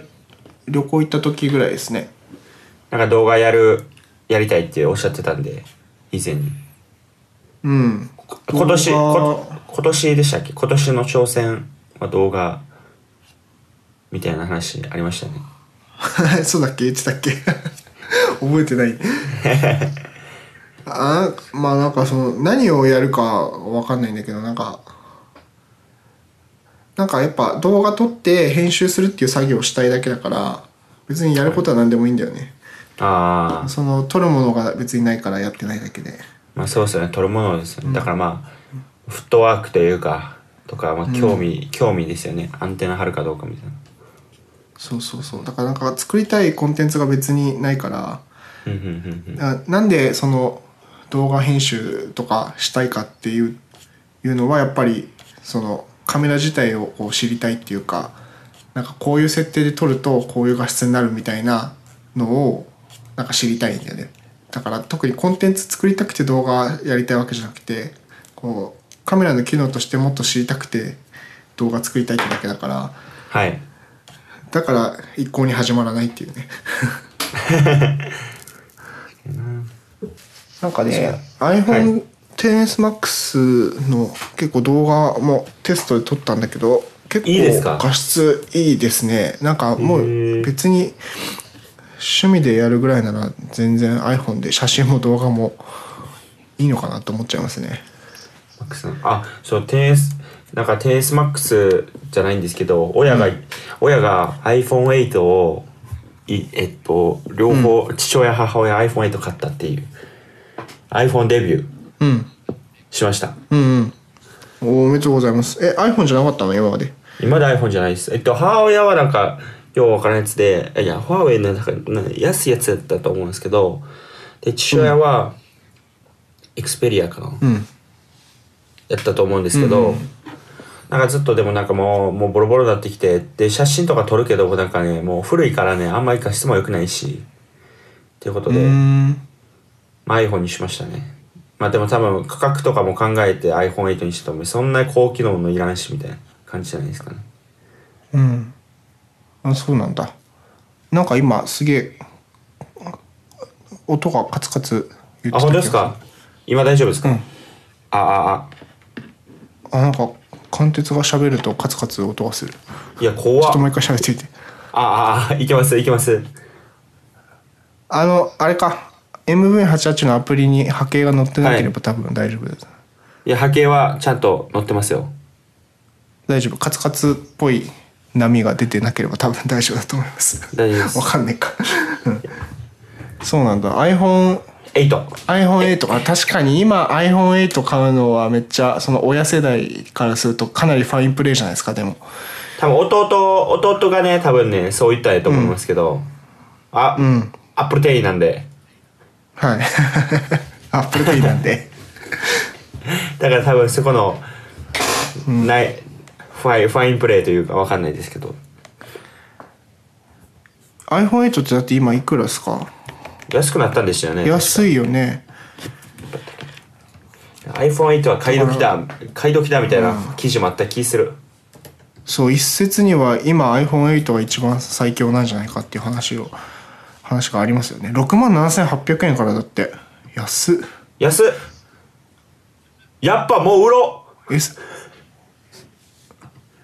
Speaker 2: 旅行行った時ぐらいですね
Speaker 1: なんか動画やるやりたいっておっしゃってたんで以前に
Speaker 2: うん
Speaker 1: こ今年
Speaker 2: 動画
Speaker 1: こ今年でしたっけ今年の挑戦は動画みたいな話ありましたね
Speaker 2: [laughs] そうだっけ言ってたっけ [laughs] 覚え
Speaker 1: [laughs]
Speaker 2: てないあまあなんかその何をやるかわかんないんだけどなんかなんかやっぱ動画撮って編集するっていう作業をしたいだけだから別にやることは何でもいいんだよね、
Speaker 1: ああ
Speaker 2: その撮るものが別にないからやってないだけで
Speaker 1: まあそうですよね撮るものですよね、だからまあフットワークというかとか、まあ、興味、興味ですよねアンテナ張るかどうかみたいな
Speaker 2: そうそうそうだからなんか作りたいコンテンツが別にないから
Speaker 1: うんうんうんうん
Speaker 2: あなんでその動画編集とかしたいかっていういうのはやっぱりそのカメラ自体をこう知りたいっていうかなんかこういう設定で撮るとこういう画質になるみたいなのをなんか知りたいんだよねだから特にコンテンツ作りたくて動画やりたいわけじゃなくてこうカメラの機能としてもっと知りたくて動画作りたいってだけだから
Speaker 1: はい
Speaker 2: だから一向に始まらないっていうね [laughs] なんかね
Speaker 1: は
Speaker 2: iPhone10SMAX の結構動画もテストで撮ったんだけど結
Speaker 1: いいです
Speaker 2: 構
Speaker 1: か
Speaker 2: 画質いいですねなんかもう
Speaker 1: へー
Speaker 2: 別に趣味でやるぐらいなら全然 iPhone で写真も動画もいいのかなと思っちゃいますね
Speaker 1: マックスのあそう 10S なんか 10SMAX じゃないんですけど親が、親が iPhone8 をいえっと両方、父親母親 iPhone8 買ったっていう iPhone デビュー
Speaker 2: うん
Speaker 1: しました
Speaker 2: うんうんおめでとうございますえ iPhone じゃなかったの今まで
Speaker 1: 今まで iPhone じゃないですえっと母親はなんかようわからんやつでいやファーウェイのなんかなんか安いやつだったと思うんですけどで父親は、Xperia かな、
Speaker 2: うん
Speaker 1: やったと思うんですけど、なんかずっとでもなんかもうもうボロボロになってきてで写真とか撮るけどなんかねもう古いからねあんまり画質も良くないしっていうことで、
Speaker 2: うん
Speaker 1: まあ、iPhone にしましたねまあでも多分価格とかも考えて iPhone8 にしたと思うそんな高機能のいらんしみたいな感じじゃないですかね
Speaker 2: うん。あ、そうなんだ。なんか今すげえ。音がカツカツ言ってた
Speaker 1: あ、本当ですか今大丈夫ですか、
Speaker 2: うん
Speaker 1: ああ、あ、
Speaker 2: あなんか貫徹が喋るとカツカツ音がするち
Speaker 1: いや、
Speaker 2: ょ
Speaker 1: 怖
Speaker 2: っ
Speaker 1: っ
Speaker 2: ともう一回喋ってみて
Speaker 1: あ、あ、あ、いけます、いけます。
Speaker 2: あのあれか MV88 のアプリに波形が載ってなければ多分大丈夫です、
Speaker 1: いや、波形はちゃんと載ってますよ。
Speaker 2: 大丈夫カツカツっぽい波が出てなければ多分大丈夫だと思います
Speaker 1: 大丈夫です
Speaker 2: わかんねえかうんそうなんだ iPhone
Speaker 1: 8。
Speaker 2: iPhone8 あ確かに今 iPhone8 買うのはめっちゃその親世代からするとかなりファインプレーじゃないですかでも
Speaker 1: 多分弟、弟がね、多分ね、そう言ったらいいと思いますけど、あ、
Speaker 2: ん
Speaker 1: アップル店員なんで。
Speaker 2: はい [laughs] アップルペイなん [laughs] で
Speaker 1: だから多分そこの、ない、ファイン、ファインプレーというかわかんないですけど。
Speaker 2: iPhone8 ってだって今いくらですか
Speaker 1: 安くなったんですよね。
Speaker 2: 安いよね
Speaker 1: iPhone8 は買い時だ、買い時だみたいな記事もあった気する。
Speaker 2: そう一説には今 iPhone8 が一番最強なんじゃないかっていう話を話がありますよね6万7800円からだって安っ
Speaker 1: 安っやっぱもう売ろう
Speaker 2: えす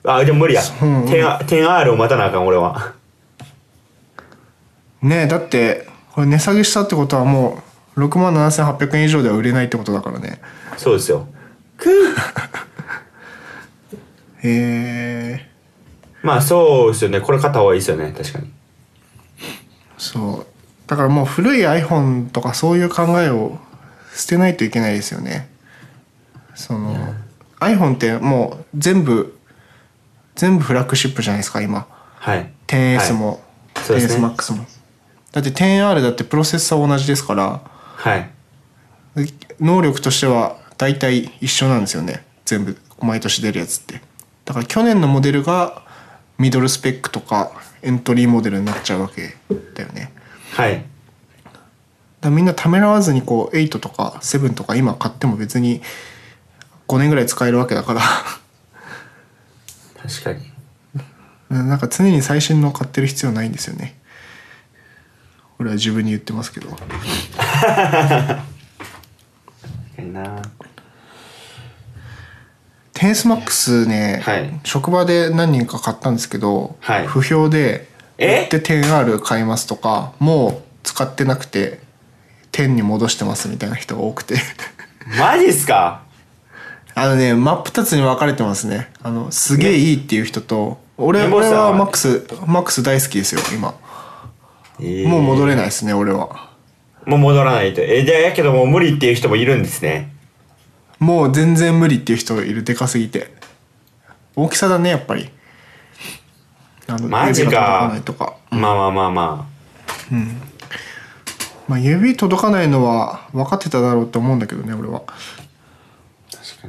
Speaker 1: あ、でも無理や。
Speaker 2: ううん
Speaker 1: 10R 10R を待たなあかん、俺は。
Speaker 2: ねえだってこれ値下げしたってことはもう6万7800円以上では売れないってことだからね
Speaker 1: そうですよ。
Speaker 2: へえ
Speaker 1: まあそうですよね。これ買った方がいいですよね。確かに。
Speaker 2: そうだからもう古い iPhone とかそういう考えを捨てないといけないですよねその iPhone ってもう全部全部フラッグシップじゃないですか今
Speaker 1: はい。
Speaker 2: 10S も、
Speaker 1: そうですね
Speaker 2: 10SMAX もだって 10R だってプロセッサー同じですから
Speaker 1: はい。
Speaker 2: 能力としては大体一緒なんですよね全部毎年出るやつってだから去年のモデルがミドルスペックとかエントリーモデルになっちゃうわけだよね
Speaker 1: はい。
Speaker 2: だからみんなためらわずにこう8とか7とか今買っても別に5年ぐらい使えるわけだから [laughs]
Speaker 1: 確かに。
Speaker 2: なんか常に最新の買ってる必要ないんですよね俺は自分に言ってますけど
Speaker 1: 確かにな。
Speaker 2: テンスマックスね、
Speaker 1: はい
Speaker 2: 職場で何人か買ったんですけど、
Speaker 1: はい
Speaker 2: 不評で「
Speaker 1: え
Speaker 2: で 10R 買います」とか「もう使ってなくて10に戻してます」みたいな人が多くて
Speaker 1: マジっすか
Speaker 2: あのね真っ二つに分かれてますねあのすげえいいっていう人と、俺
Speaker 1: ね
Speaker 2: 俺
Speaker 1: もう
Speaker 2: は
Speaker 1: さ
Speaker 2: マックスマックス大好きですよ今も
Speaker 1: も
Speaker 2: う戻
Speaker 1: れ。
Speaker 2: れないですね俺は
Speaker 1: もう戻らないと。え、じゃあやけどもう無理っていう人もいるんですね。
Speaker 2: もう全然無理っていう人いるでかすぎて大きさだねやっぱりあの
Speaker 1: マジか
Speaker 2: 指が届ないとか
Speaker 1: まあまあまあま
Speaker 2: まあ、指届かないのは分かってただろうと思うんだけどね俺は
Speaker 1: あ。確か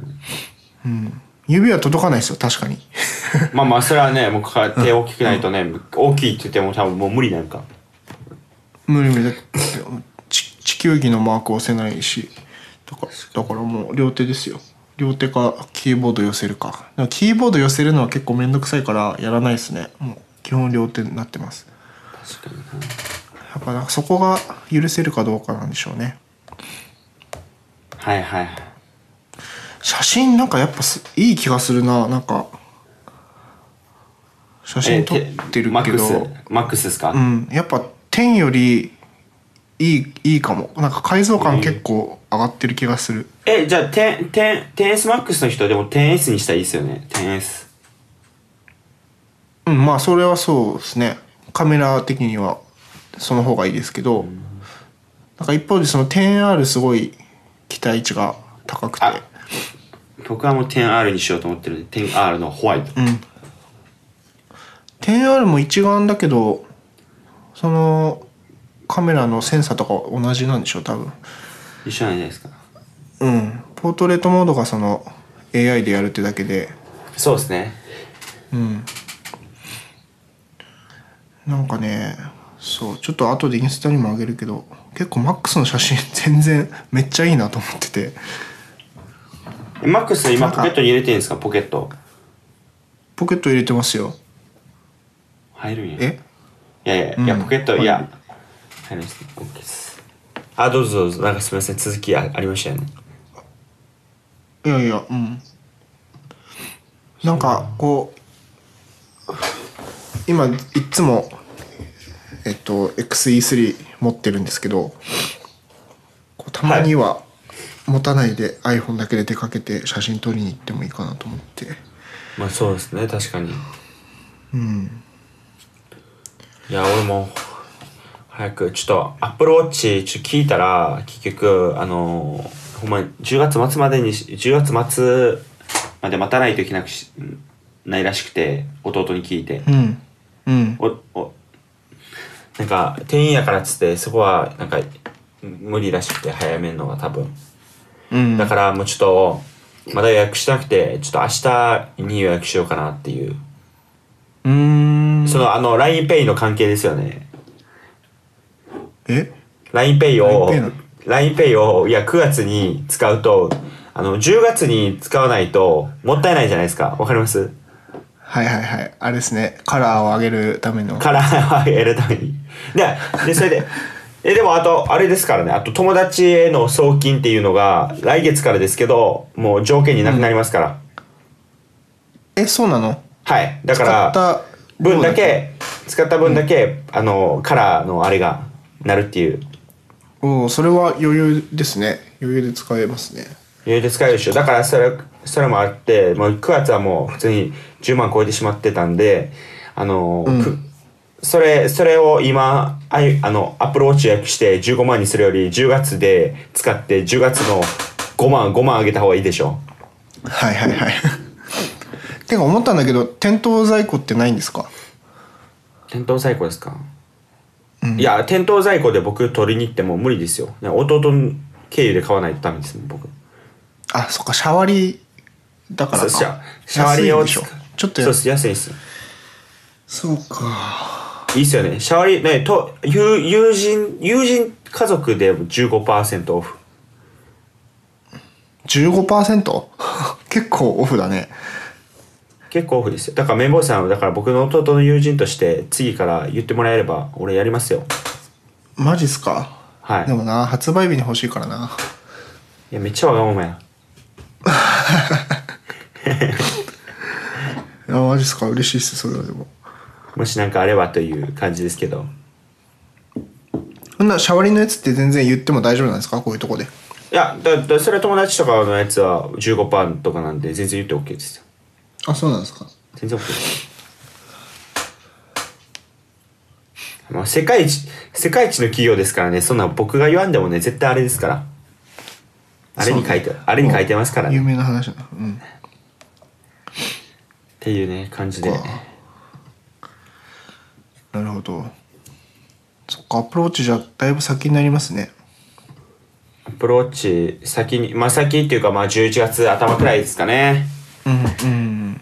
Speaker 1: に。
Speaker 2: 指は届かないですよ確かに
Speaker 1: まあまあ、それはね、もうか手大きくないとね、大きいって言っても多分もう無理なんか。
Speaker 2: 無理無理だってち地球儀のマーク押せないしだからだからもう両手ですよ両手かキーボード寄せるかでもキーボード寄せるのは結構めんどくさいからやらないですねもう基本両手になってます
Speaker 1: 確かにな。
Speaker 2: やっぱなんかそこが許せるかどうかなんでしょうね
Speaker 1: はいはいはい。
Speaker 2: 写真なんかやっぱすいい気がするななんか写真撮ってる
Speaker 1: マッ
Speaker 2: け
Speaker 1: ク
Speaker 2: ど、
Speaker 1: ス、マックスですか、
Speaker 2: うん、やっぱ天よりいいいいかもなんか解像感結構上がってる気がする、
Speaker 1: え、じゃあ、10、10、10S マックスの人はでも 10S にしたらいいですよね。10S。
Speaker 2: うんまあそれはそうですねカメラ的にはその方がいいですけど、なんか一方でその 10R すごい期待値が高くて
Speaker 1: あ僕はもう 10R にしようと思ってるんで、10R のホワイト。
Speaker 2: 10R も一眼だけどそのカメラのセンサーとかは同じなんでしょう多分
Speaker 1: 一緒なんじゃないですか。
Speaker 2: うんポートレートモードがその AI でやるってだけで
Speaker 1: そうですね。
Speaker 2: なんかねそうちょっと後でインスタにもあげるけど結構マックスの写真 [laughs] 全然めっちゃいいなと思ってて
Speaker 1: えマックス今
Speaker 2: なんか
Speaker 1: ポケットに入れてるんですかポケット。
Speaker 2: ポケット入れてますよ
Speaker 1: 入るんや。
Speaker 2: え
Speaker 1: いやいや、いや、ポケット、
Speaker 2: うん
Speaker 1: いや。入るんですね。OK です。あどうぞどうぞなんかすみません続きあありましたよね
Speaker 2: いやいやうんなんかこう今いっつもえっと XE3 持ってるんですけどこうたまには持たないで iPhone だけで出かけて写真撮りに行ってもいいかなと思って
Speaker 1: まあそうですね確かに
Speaker 2: うん
Speaker 1: いや俺も早くちょっとアップルウォッチちょっと聞いたら結局あのーほんまに10月末までにし10月末まで待たないといけなくしないらしくて弟に聞いて
Speaker 2: うんうん
Speaker 1: おおなんか店員やからっつってそこはなんか無理らしくて早めんのが多分
Speaker 2: うん
Speaker 1: だからもうちょっとまだ予約してなくてちょっと明日に予約しようかなっていう
Speaker 2: うーん
Speaker 1: そのあの LINEPay の関係ですよね
Speaker 2: え
Speaker 1: LINEPay を
Speaker 2: LINEPay な
Speaker 1: LINEPay をいや9月に使うとあの10月に使わないともったいないじゃないですかわかります
Speaker 2: はいはいはいあれですねカラーを上げるための
Speaker 1: カラーを [laughs] 得るためにででそれでえでもあとあれですからねあと友達への送金っていうのが来月からですけどもう条件になくなりますから、
Speaker 2: えそうなの
Speaker 1: はいだか
Speaker 2: 使
Speaker 1: ら
Speaker 2: った
Speaker 1: 分だけ使った分だけ、あのカラーのあれがなるっていう
Speaker 2: おそれは余裕ですね余裕で使えますね
Speaker 1: 余裕で使えるでしょだからそれそれもあってもう9月はもう普通に10万超えてしまってたんであの、
Speaker 2: うん
Speaker 1: くそれそれを今あいあのアップルウォッチ予約して15万にするより10月で使って10月の5万5万上げた方がいいでしょ
Speaker 2: はいはいはい [laughs] てか思ったんだけど店頭在庫ってないんですか
Speaker 1: 店頭在庫ですか、いや店頭在庫で僕取りに行っても無理ですよね弟経由で買わないとダメですもん僕
Speaker 2: あそっかシャワリだか
Speaker 1: そ
Speaker 2: ら
Speaker 1: う
Speaker 2: か
Speaker 1: シャシャワリ
Speaker 2: 安い
Speaker 1: を
Speaker 2: でしょちょっと
Speaker 1: そう
Speaker 2: や
Speaker 1: です安いです
Speaker 2: そうか
Speaker 1: いいっすよね。シャワリ、ね、と、友友人、友人家族で15%オフ。
Speaker 2: 15% [laughs] 結構オフだね
Speaker 1: 結構オフですよ。だから、綿棒さんは、だから僕の弟の友人として、次から言ってもらえれば、俺やりますよ。
Speaker 2: マジっすか
Speaker 1: はい。
Speaker 2: で
Speaker 1: い
Speaker 2: もな発売日に欲しいからな
Speaker 1: や、めっちゃわがままや。
Speaker 2: いやマジっすか嬉しいっすそれはでも
Speaker 1: もしなんかあればという感じですけど。
Speaker 2: そんなシャワリのやつって全然言っても大丈夫なんですかこういうとこで
Speaker 1: いや、だ、だそれは友達とかのやつは15%とかなんで、全然言って OK ですよ。
Speaker 2: あそうなんですか
Speaker 1: 全然 OK です。まあ、世界一、世界一の企業ですからね、そんな僕が言わんでもね、絶対あれですから。あれに書いて、あれに書いてますからね。
Speaker 2: 有
Speaker 1: っ
Speaker 2: 名な話だなうん
Speaker 1: ていうね、感じで。
Speaker 2: なるほどそっかアプローチじゃだいぶ先になりますね
Speaker 1: アプローチ、先に、まあ先っていうか、まあ11月頭くらいですかね。
Speaker 2: うんうん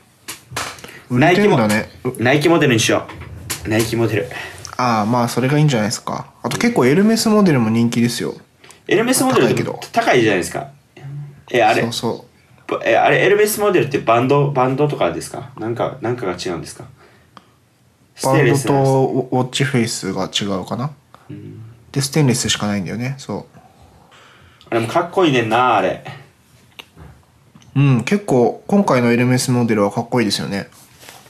Speaker 2: 売
Speaker 1: ナ
Speaker 2: れ
Speaker 1: イ
Speaker 2: て
Speaker 1: キ
Speaker 2: る
Speaker 1: も
Speaker 2: んだね、
Speaker 1: ナイキモデルにしよう。ナイキモデル。
Speaker 2: ああまあそれがいいんじゃないですかあと結構エルメスモデルも人気ですよ
Speaker 1: エルメスモデル
Speaker 2: 高い
Speaker 1: って
Speaker 2: けど
Speaker 1: 高いじゃないですか。え、あれ
Speaker 2: そうそ
Speaker 1: えあれエルメスモデルってバンドバンドとかですかなんかなんかが違うんですか
Speaker 2: うバンド
Speaker 1: ステンレス
Speaker 2: とウォッチフェイスが違うかな、でステンレスしかないんだよねそ
Speaker 1: あれもかっこいいねんなあれ
Speaker 2: ううん結構今回のエルメスモデルはかっこいいですよね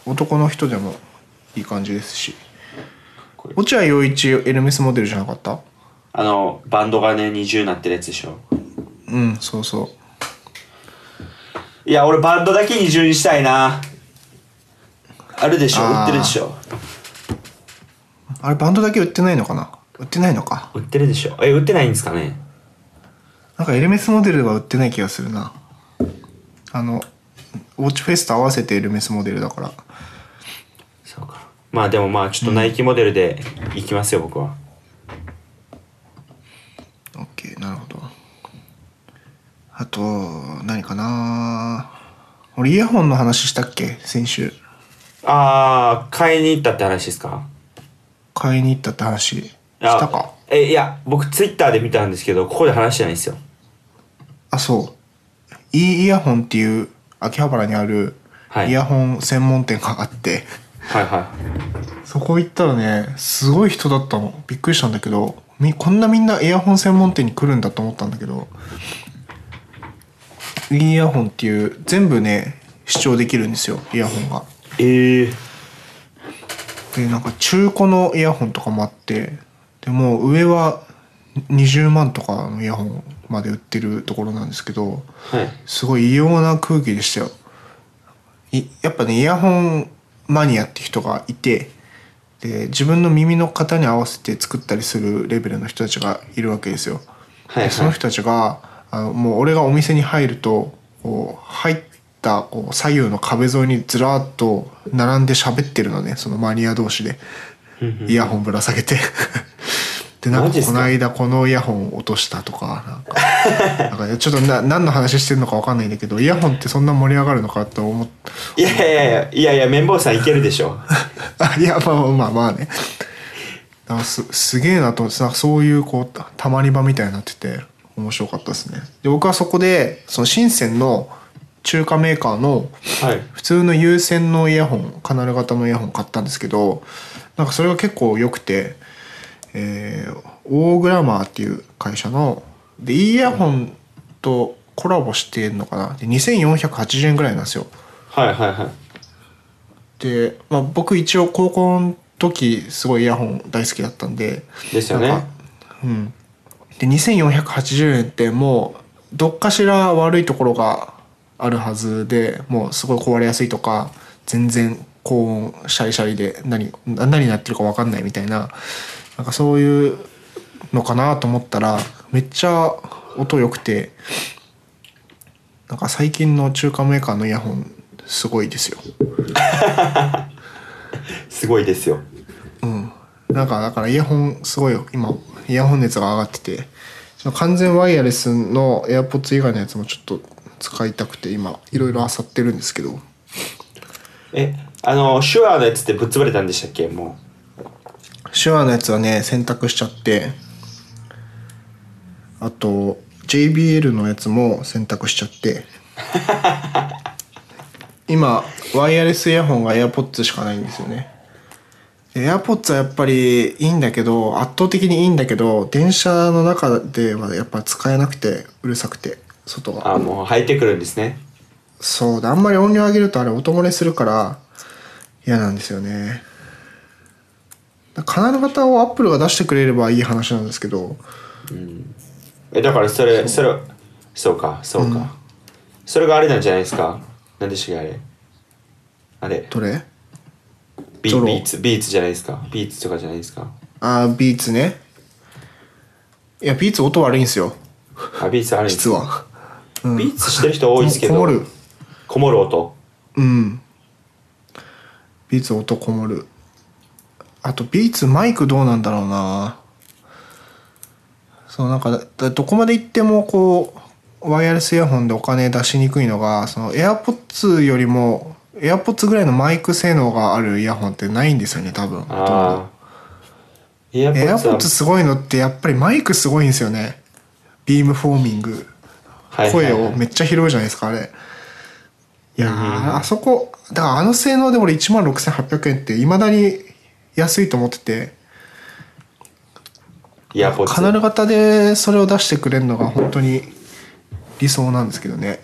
Speaker 2: 男の人でもいい感じですし
Speaker 1: こいい
Speaker 2: 落合陽一エルメスモデルじゃなかった
Speaker 1: あのバンドがね二重になってるやつでしょ
Speaker 2: うんそうそう
Speaker 1: いや俺バンドだけ二重にしたいなあるでしょ売
Speaker 2: あー
Speaker 1: ってるでしょ
Speaker 2: あれバンドだけ売ってないのかな売ってないのか
Speaker 1: 売ってるでしょえ売ってないんですかね
Speaker 2: なんかエルメスモデルは売ってない気がするなあのウォッチフェイスと合わせてエルメスモデルだから
Speaker 1: そうかまあでもまあちょっとナイキモデルでいきますよ、僕は
Speaker 2: OK なるほどあと何かな俺イヤホンの話したっけ先週
Speaker 1: ああ買いに行ったって話ですか
Speaker 2: 買いに行ったって話し
Speaker 1: いや
Speaker 2: たか
Speaker 1: えいや僕ツイッターで見たんですけどここで話してないんですよ
Speaker 2: あそういいイヤホンっていう秋葉原にある
Speaker 1: はい
Speaker 2: イヤホン専門店があって、
Speaker 1: はいはい
Speaker 2: そこ行ったらねすごい人だったのびっくりしたんだけどみこんなみんなエアホン専門店に来るんだと思ったんだけど e イヤホンっていう全部ね視聴できるんですよイヤホンが
Speaker 1: ええ
Speaker 2: でなんか中古のイヤホンとかもあってでもう上は20万とかのイヤホンまで売ってるところなんですけど
Speaker 1: はい
Speaker 2: すごい異様な空気でしたよいやっぱねイヤホンマニアって人がいてで自分の耳の型に合わせて作ったりするレベルの人たちがいるわけですよ、
Speaker 1: はいはい
Speaker 2: でその人たちがあのもう俺がお店に入るとこう入ったこう左右の壁沿いにずらーっと並んで喋ってるのねそのマニア同士でイヤホンぶら下げて [laughs] でな
Speaker 1: マ
Speaker 2: ん
Speaker 1: ジ
Speaker 2: か
Speaker 1: っす
Speaker 2: こ
Speaker 1: か
Speaker 2: の間このイヤホン落としたとかな
Speaker 1: [laughs]
Speaker 2: んかなんかねちょっとな何の話してるのかわかんないんだけどイヤホンってそんな盛り上がるのかと思っ
Speaker 1: いやいやいやいやいや綿棒さんいけるでし
Speaker 2: [laughs]
Speaker 1: ょ
Speaker 2: あいやまあまあまあまあねなんかすすげえなと思ってなんかそういうこうたたまり場みたいになってて面白かったですねで僕はそこでその深センの中華メーカーの
Speaker 1: はい
Speaker 2: 普通の有線のイヤホンカナル型のイヤホン買ったんですけどなんかそれが結構良くて、えーオーグラマーっていう会社のでいいイヤホンとコラボしてんのかなで2480円ぐらいなんですよ
Speaker 1: はいはいはい
Speaker 2: で、まあ、僕一応高校の時すごいイヤホン大好きだったんで
Speaker 1: ですよね
Speaker 2: なんかうんで2480円ってもうどっかしら悪いところがあるはずでもうすごい壊れやすいとか全然高音シャリシャリで何な何になってるか分かんないみたいななんかそういうのかなと思ったらめっちゃ音良くてなんか最近の中華メーカーのイヤホンすごいですよ。
Speaker 1: すごいですよ
Speaker 2: うん、なんかだからイヤホンすごい今イヤホン熱が上がっててその完全ワイヤレスの AirPods 以外のやつもちょっと使いたくて今いろいろ漁ってるんですけど
Speaker 1: えあの手話のやつってぶっ潰れたんでしたっけも
Speaker 2: 手話のやつはね選択しちゃってあと JBL のやつも選択しちゃって今ワイヤレスイヤホンが AirPods しかないんですよねで AirPods はやっぱりいいんだけど圧倒的にいいんだけど電車の中ではやっぱ使えなくてうるさくて外
Speaker 1: う
Speaker 2: が
Speaker 1: あもう入ってくるんですね
Speaker 2: そうだあんまり音量上げるとあれ音漏れするから嫌なんですよねだカナル型をアップルが出してくれればいい話なんですけど
Speaker 1: えだからそれそれそうかそうか、それがあれなんじゃないですか何でしたっけあれあれ
Speaker 2: どれ
Speaker 1: ビ
Speaker 2: ゾロ
Speaker 1: ビーツビーツじゃないですかビーツとかじゃないですか
Speaker 2: あービーツねいやビーツ音悪いんですよ
Speaker 1: あビーツあるんです
Speaker 2: 実は
Speaker 1: ビーツしてる人多いですけど
Speaker 2: こもる
Speaker 1: こもる音
Speaker 2: うんビーツ音こもるあとビーツマイクどうなんだろうなそうなんかだだどこまで行ってもこうワイヤレスイヤホンでお金出しにくいのがその AirPods よりも AirPods ぐらいのマイク性能があるイヤホンってないんですよね多分ほとんど
Speaker 1: ああエアポッツ
Speaker 2: AirPods すごいのってやっぱりマイクすごいんですよねビームフォーミング声をめっちゃ拾うじゃないですかあれいやーあそこだからあの性能で俺1万6800円っていまだに安いと思ってて
Speaker 1: エアポッツ
Speaker 2: カナル型でそれを出してくれるのが本当に理想なんですけどね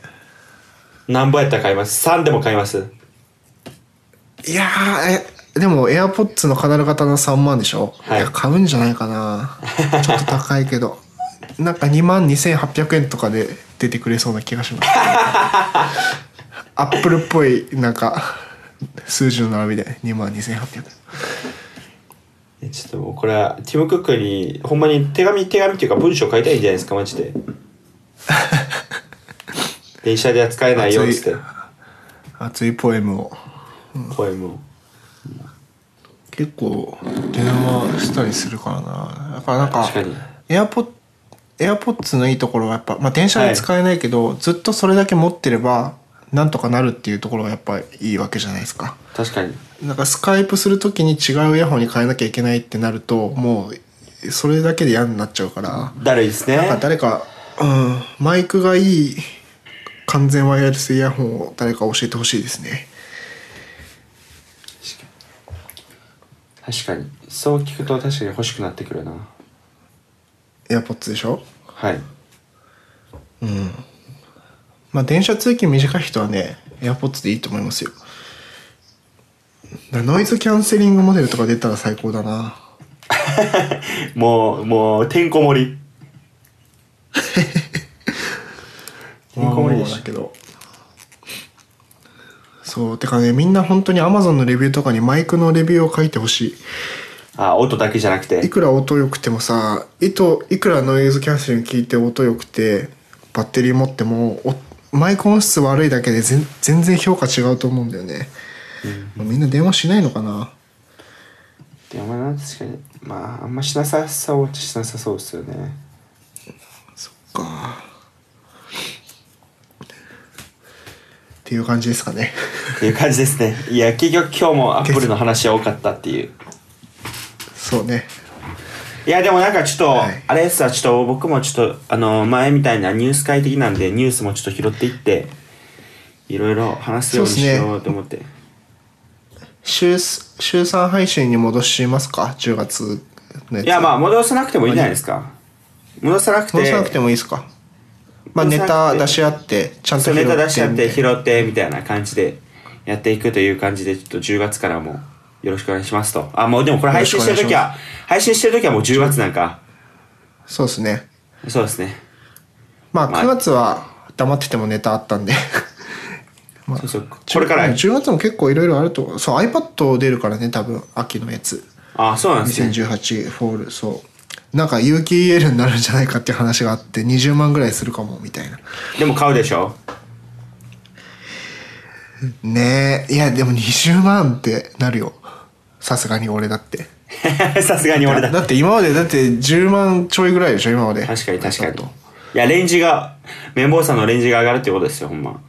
Speaker 1: 何本やったら買います3でも買います
Speaker 2: いやーえでも AirPods のカナル型の3万でしょ、
Speaker 1: はい
Speaker 2: や買うんじゃない
Speaker 1: [laughs]
Speaker 2: かなちょっと高いけどなんか2万2800円とかで出てくれそうな気がしますアップルっぽいなんか数字の並びで2万2800円
Speaker 1: えちょっともうこれはティム・クックにほんまに手紙手紙っていうか文章書いたらいいんじゃないですかマジで電車では使えないよっつって
Speaker 2: 熱いポエムを
Speaker 1: 声も
Speaker 2: 結構電話したりするからなやっぱなんか
Speaker 1: 確かに
Speaker 2: エアポエアポッツのいいところはやっぱ、まあ、電車で使えないけど、ずっとそれだけ持ってればなんとかなるっていうところがやっぱいいわけじゃないですか
Speaker 1: 確かに
Speaker 2: なんかスカイプするときに違うイヤホンに変えなきゃいけないってなるともうそれだけで嫌になっちゃうから、
Speaker 1: だるいですね
Speaker 2: なんか誰か、うん、マイクがいい完全ワイヤレスイヤホンを誰か教えてほしいですね
Speaker 1: 確かにそう聞くと確かに欲しくなってくるな
Speaker 2: エアポッツでしょ
Speaker 1: はい
Speaker 2: まあ電車通勤短い人はねエアポッツでいいと思いますよだノイズキャンセリングモデルとか出たら最高だな
Speaker 1: もうもうてんこ盛りてんこ盛りで
Speaker 2: まあ
Speaker 1: し
Speaker 2: だけどそうてかねみんな本当に Amazon のレビューとかにマイクのレビューを書いてほしい
Speaker 1: あ音だけじゃなくて
Speaker 2: いくら音良くてもさいといくらノイズキャンセリング聞いて音良くてバッテリー持ってもおマイク音質悪いだけで全全然評価違うと思うんだよね、みんな電話しないのかな
Speaker 1: でもな確かにまああんましなさそうしなさそうですよ
Speaker 2: [laughs]
Speaker 1: ね
Speaker 2: かっていう感じですかね [laughs]
Speaker 1: っていう感じですねいや結局今日もアップルの話は多かったっていう
Speaker 2: そうね
Speaker 1: いやでもなんかちょっと、
Speaker 2: はい
Speaker 1: あれですわちょっと僕もちょっとあの前みたいなニュース会的なんでニュースもちょっと拾っていっていろいろ話すように
Speaker 2: そうっ
Speaker 1: し
Speaker 2: すね
Speaker 1: ようと思って、
Speaker 2: 週す週3配信に戻しますか10月のや
Speaker 1: い
Speaker 2: つ
Speaker 1: やまあ戻さなくてもいいんじゃないですか戻さなくて
Speaker 2: 戻さなくてもいいですかまあ
Speaker 1: 戻
Speaker 2: ネ
Speaker 1: さなくて
Speaker 2: タ出し合ってちゃんと
Speaker 1: そう
Speaker 2: 拾
Speaker 1: ネ
Speaker 2: って
Speaker 1: タ出し合っ
Speaker 2: みたい
Speaker 1: て
Speaker 2: な
Speaker 1: 拾ってみたいな感じでやっていくという感じでちょっと10月からもよろしくお願いしますとあもうでもこれ配信してる時は配信してる時はもう10月なんか
Speaker 2: そうですね
Speaker 1: そうですね
Speaker 2: まあ
Speaker 1: まあ
Speaker 2: 9月は黙っててもネタあったんで
Speaker 1: そうそうこれから
Speaker 2: 10月も結構いろいろあると思うそう iPad 出るからね多分秋のやつ
Speaker 1: あそうなんですね
Speaker 2: 2018フォールそうなんか有機 EL になるんじゃないかっていう話があって20万ぐらいするかもみたいな
Speaker 1: でも買うでしょ [laughs]
Speaker 2: ねえいやでも20万ってなるよさすがに俺だって
Speaker 1: さすがに俺だ
Speaker 2: だって今までだって10万ちょいぐらいでしょ今まで
Speaker 1: 確かに確かにいやレンジが綿棒さんのレンジが上がるってことですよほんま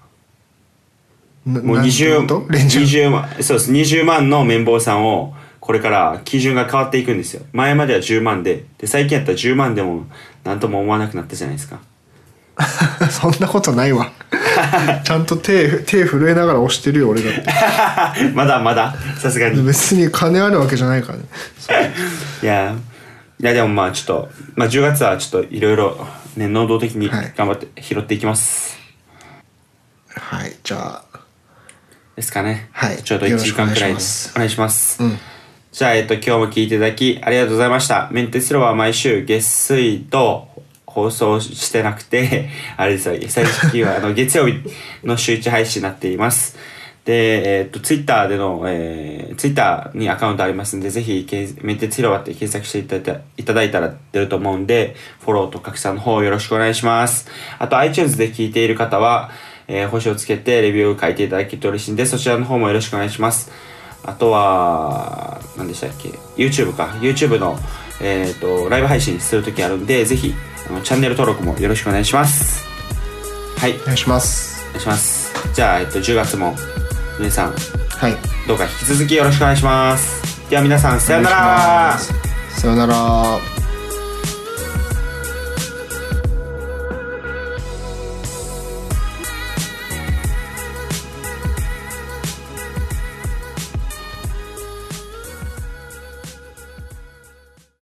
Speaker 2: な
Speaker 1: もう
Speaker 2: なんて
Speaker 1: 20
Speaker 2: ことレンジ
Speaker 1: 20万そうです20万の綿棒さんをこれから基準が変わっていくんですよ前までは10万でで最近やったら10万でも何とも思わなくなったじゃないですか
Speaker 2: [laughs] そんなことな
Speaker 1: [laughs]
Speaker 2: いわちゃんと手手震えながら押してるよ俺だって
Speaker 1: まだまださすがに
Speaker 2: 別に金あるわけじゃないからね
Speaker 1: いやいやでもまあちょっと、まあ、10月はちょっといろいろね能動的に
Speaker 2: はい
Speaker 1: 頑張って拾っていきます、
Speaker 2: はいじゃあ
Speaker 1: ですかね
Speaker 2: はい
Speaker 1: ちょうど1時間くらい
Speaker 2: よ
Speaker 1: で
Speaker 2: ろ
Speaker 1: す
Speaker 2: し
Speaker 1: お願いします、
Speaker 2: うん
Speaker 1: じゃあ、えっと、今日も聞いていただきありがとうございました。メンテスロは毎週月水と放送してなくて、 [laughs] あれですよ、最終はあの月曜日の週一配信になっています。で、えっと、ツイッターでの、えー、ツイッターにアカウントありますんで、ぜひ、けメンテツ広場って検索していただいたいただいたら出ると思うんで、フォローと拡散の方よろしくお願いします。あと、iTunes で聞いている方は、えー星をつけてレビューを書いていただけると嬉しいんで、そちらの方もよろしくお願いします。あとは、何でしたっけ ?YouTube か。YouTube の、えっ、と、ライブ配信するときあるんで、ぜひ、あの、チャンネル登録もよろしくお願いします。はい、お
Speaker 2: お願いします
Speaker 1: 願いします。じゃあ、えっと、10月も、皆さん、
Speaker 2: はい
Speaker 1: どうか引き続きよろしくお願いします。では皆さん、さような
Speaker 2: お願
Speaker 1: ら
Speaker 2: いしますさよなら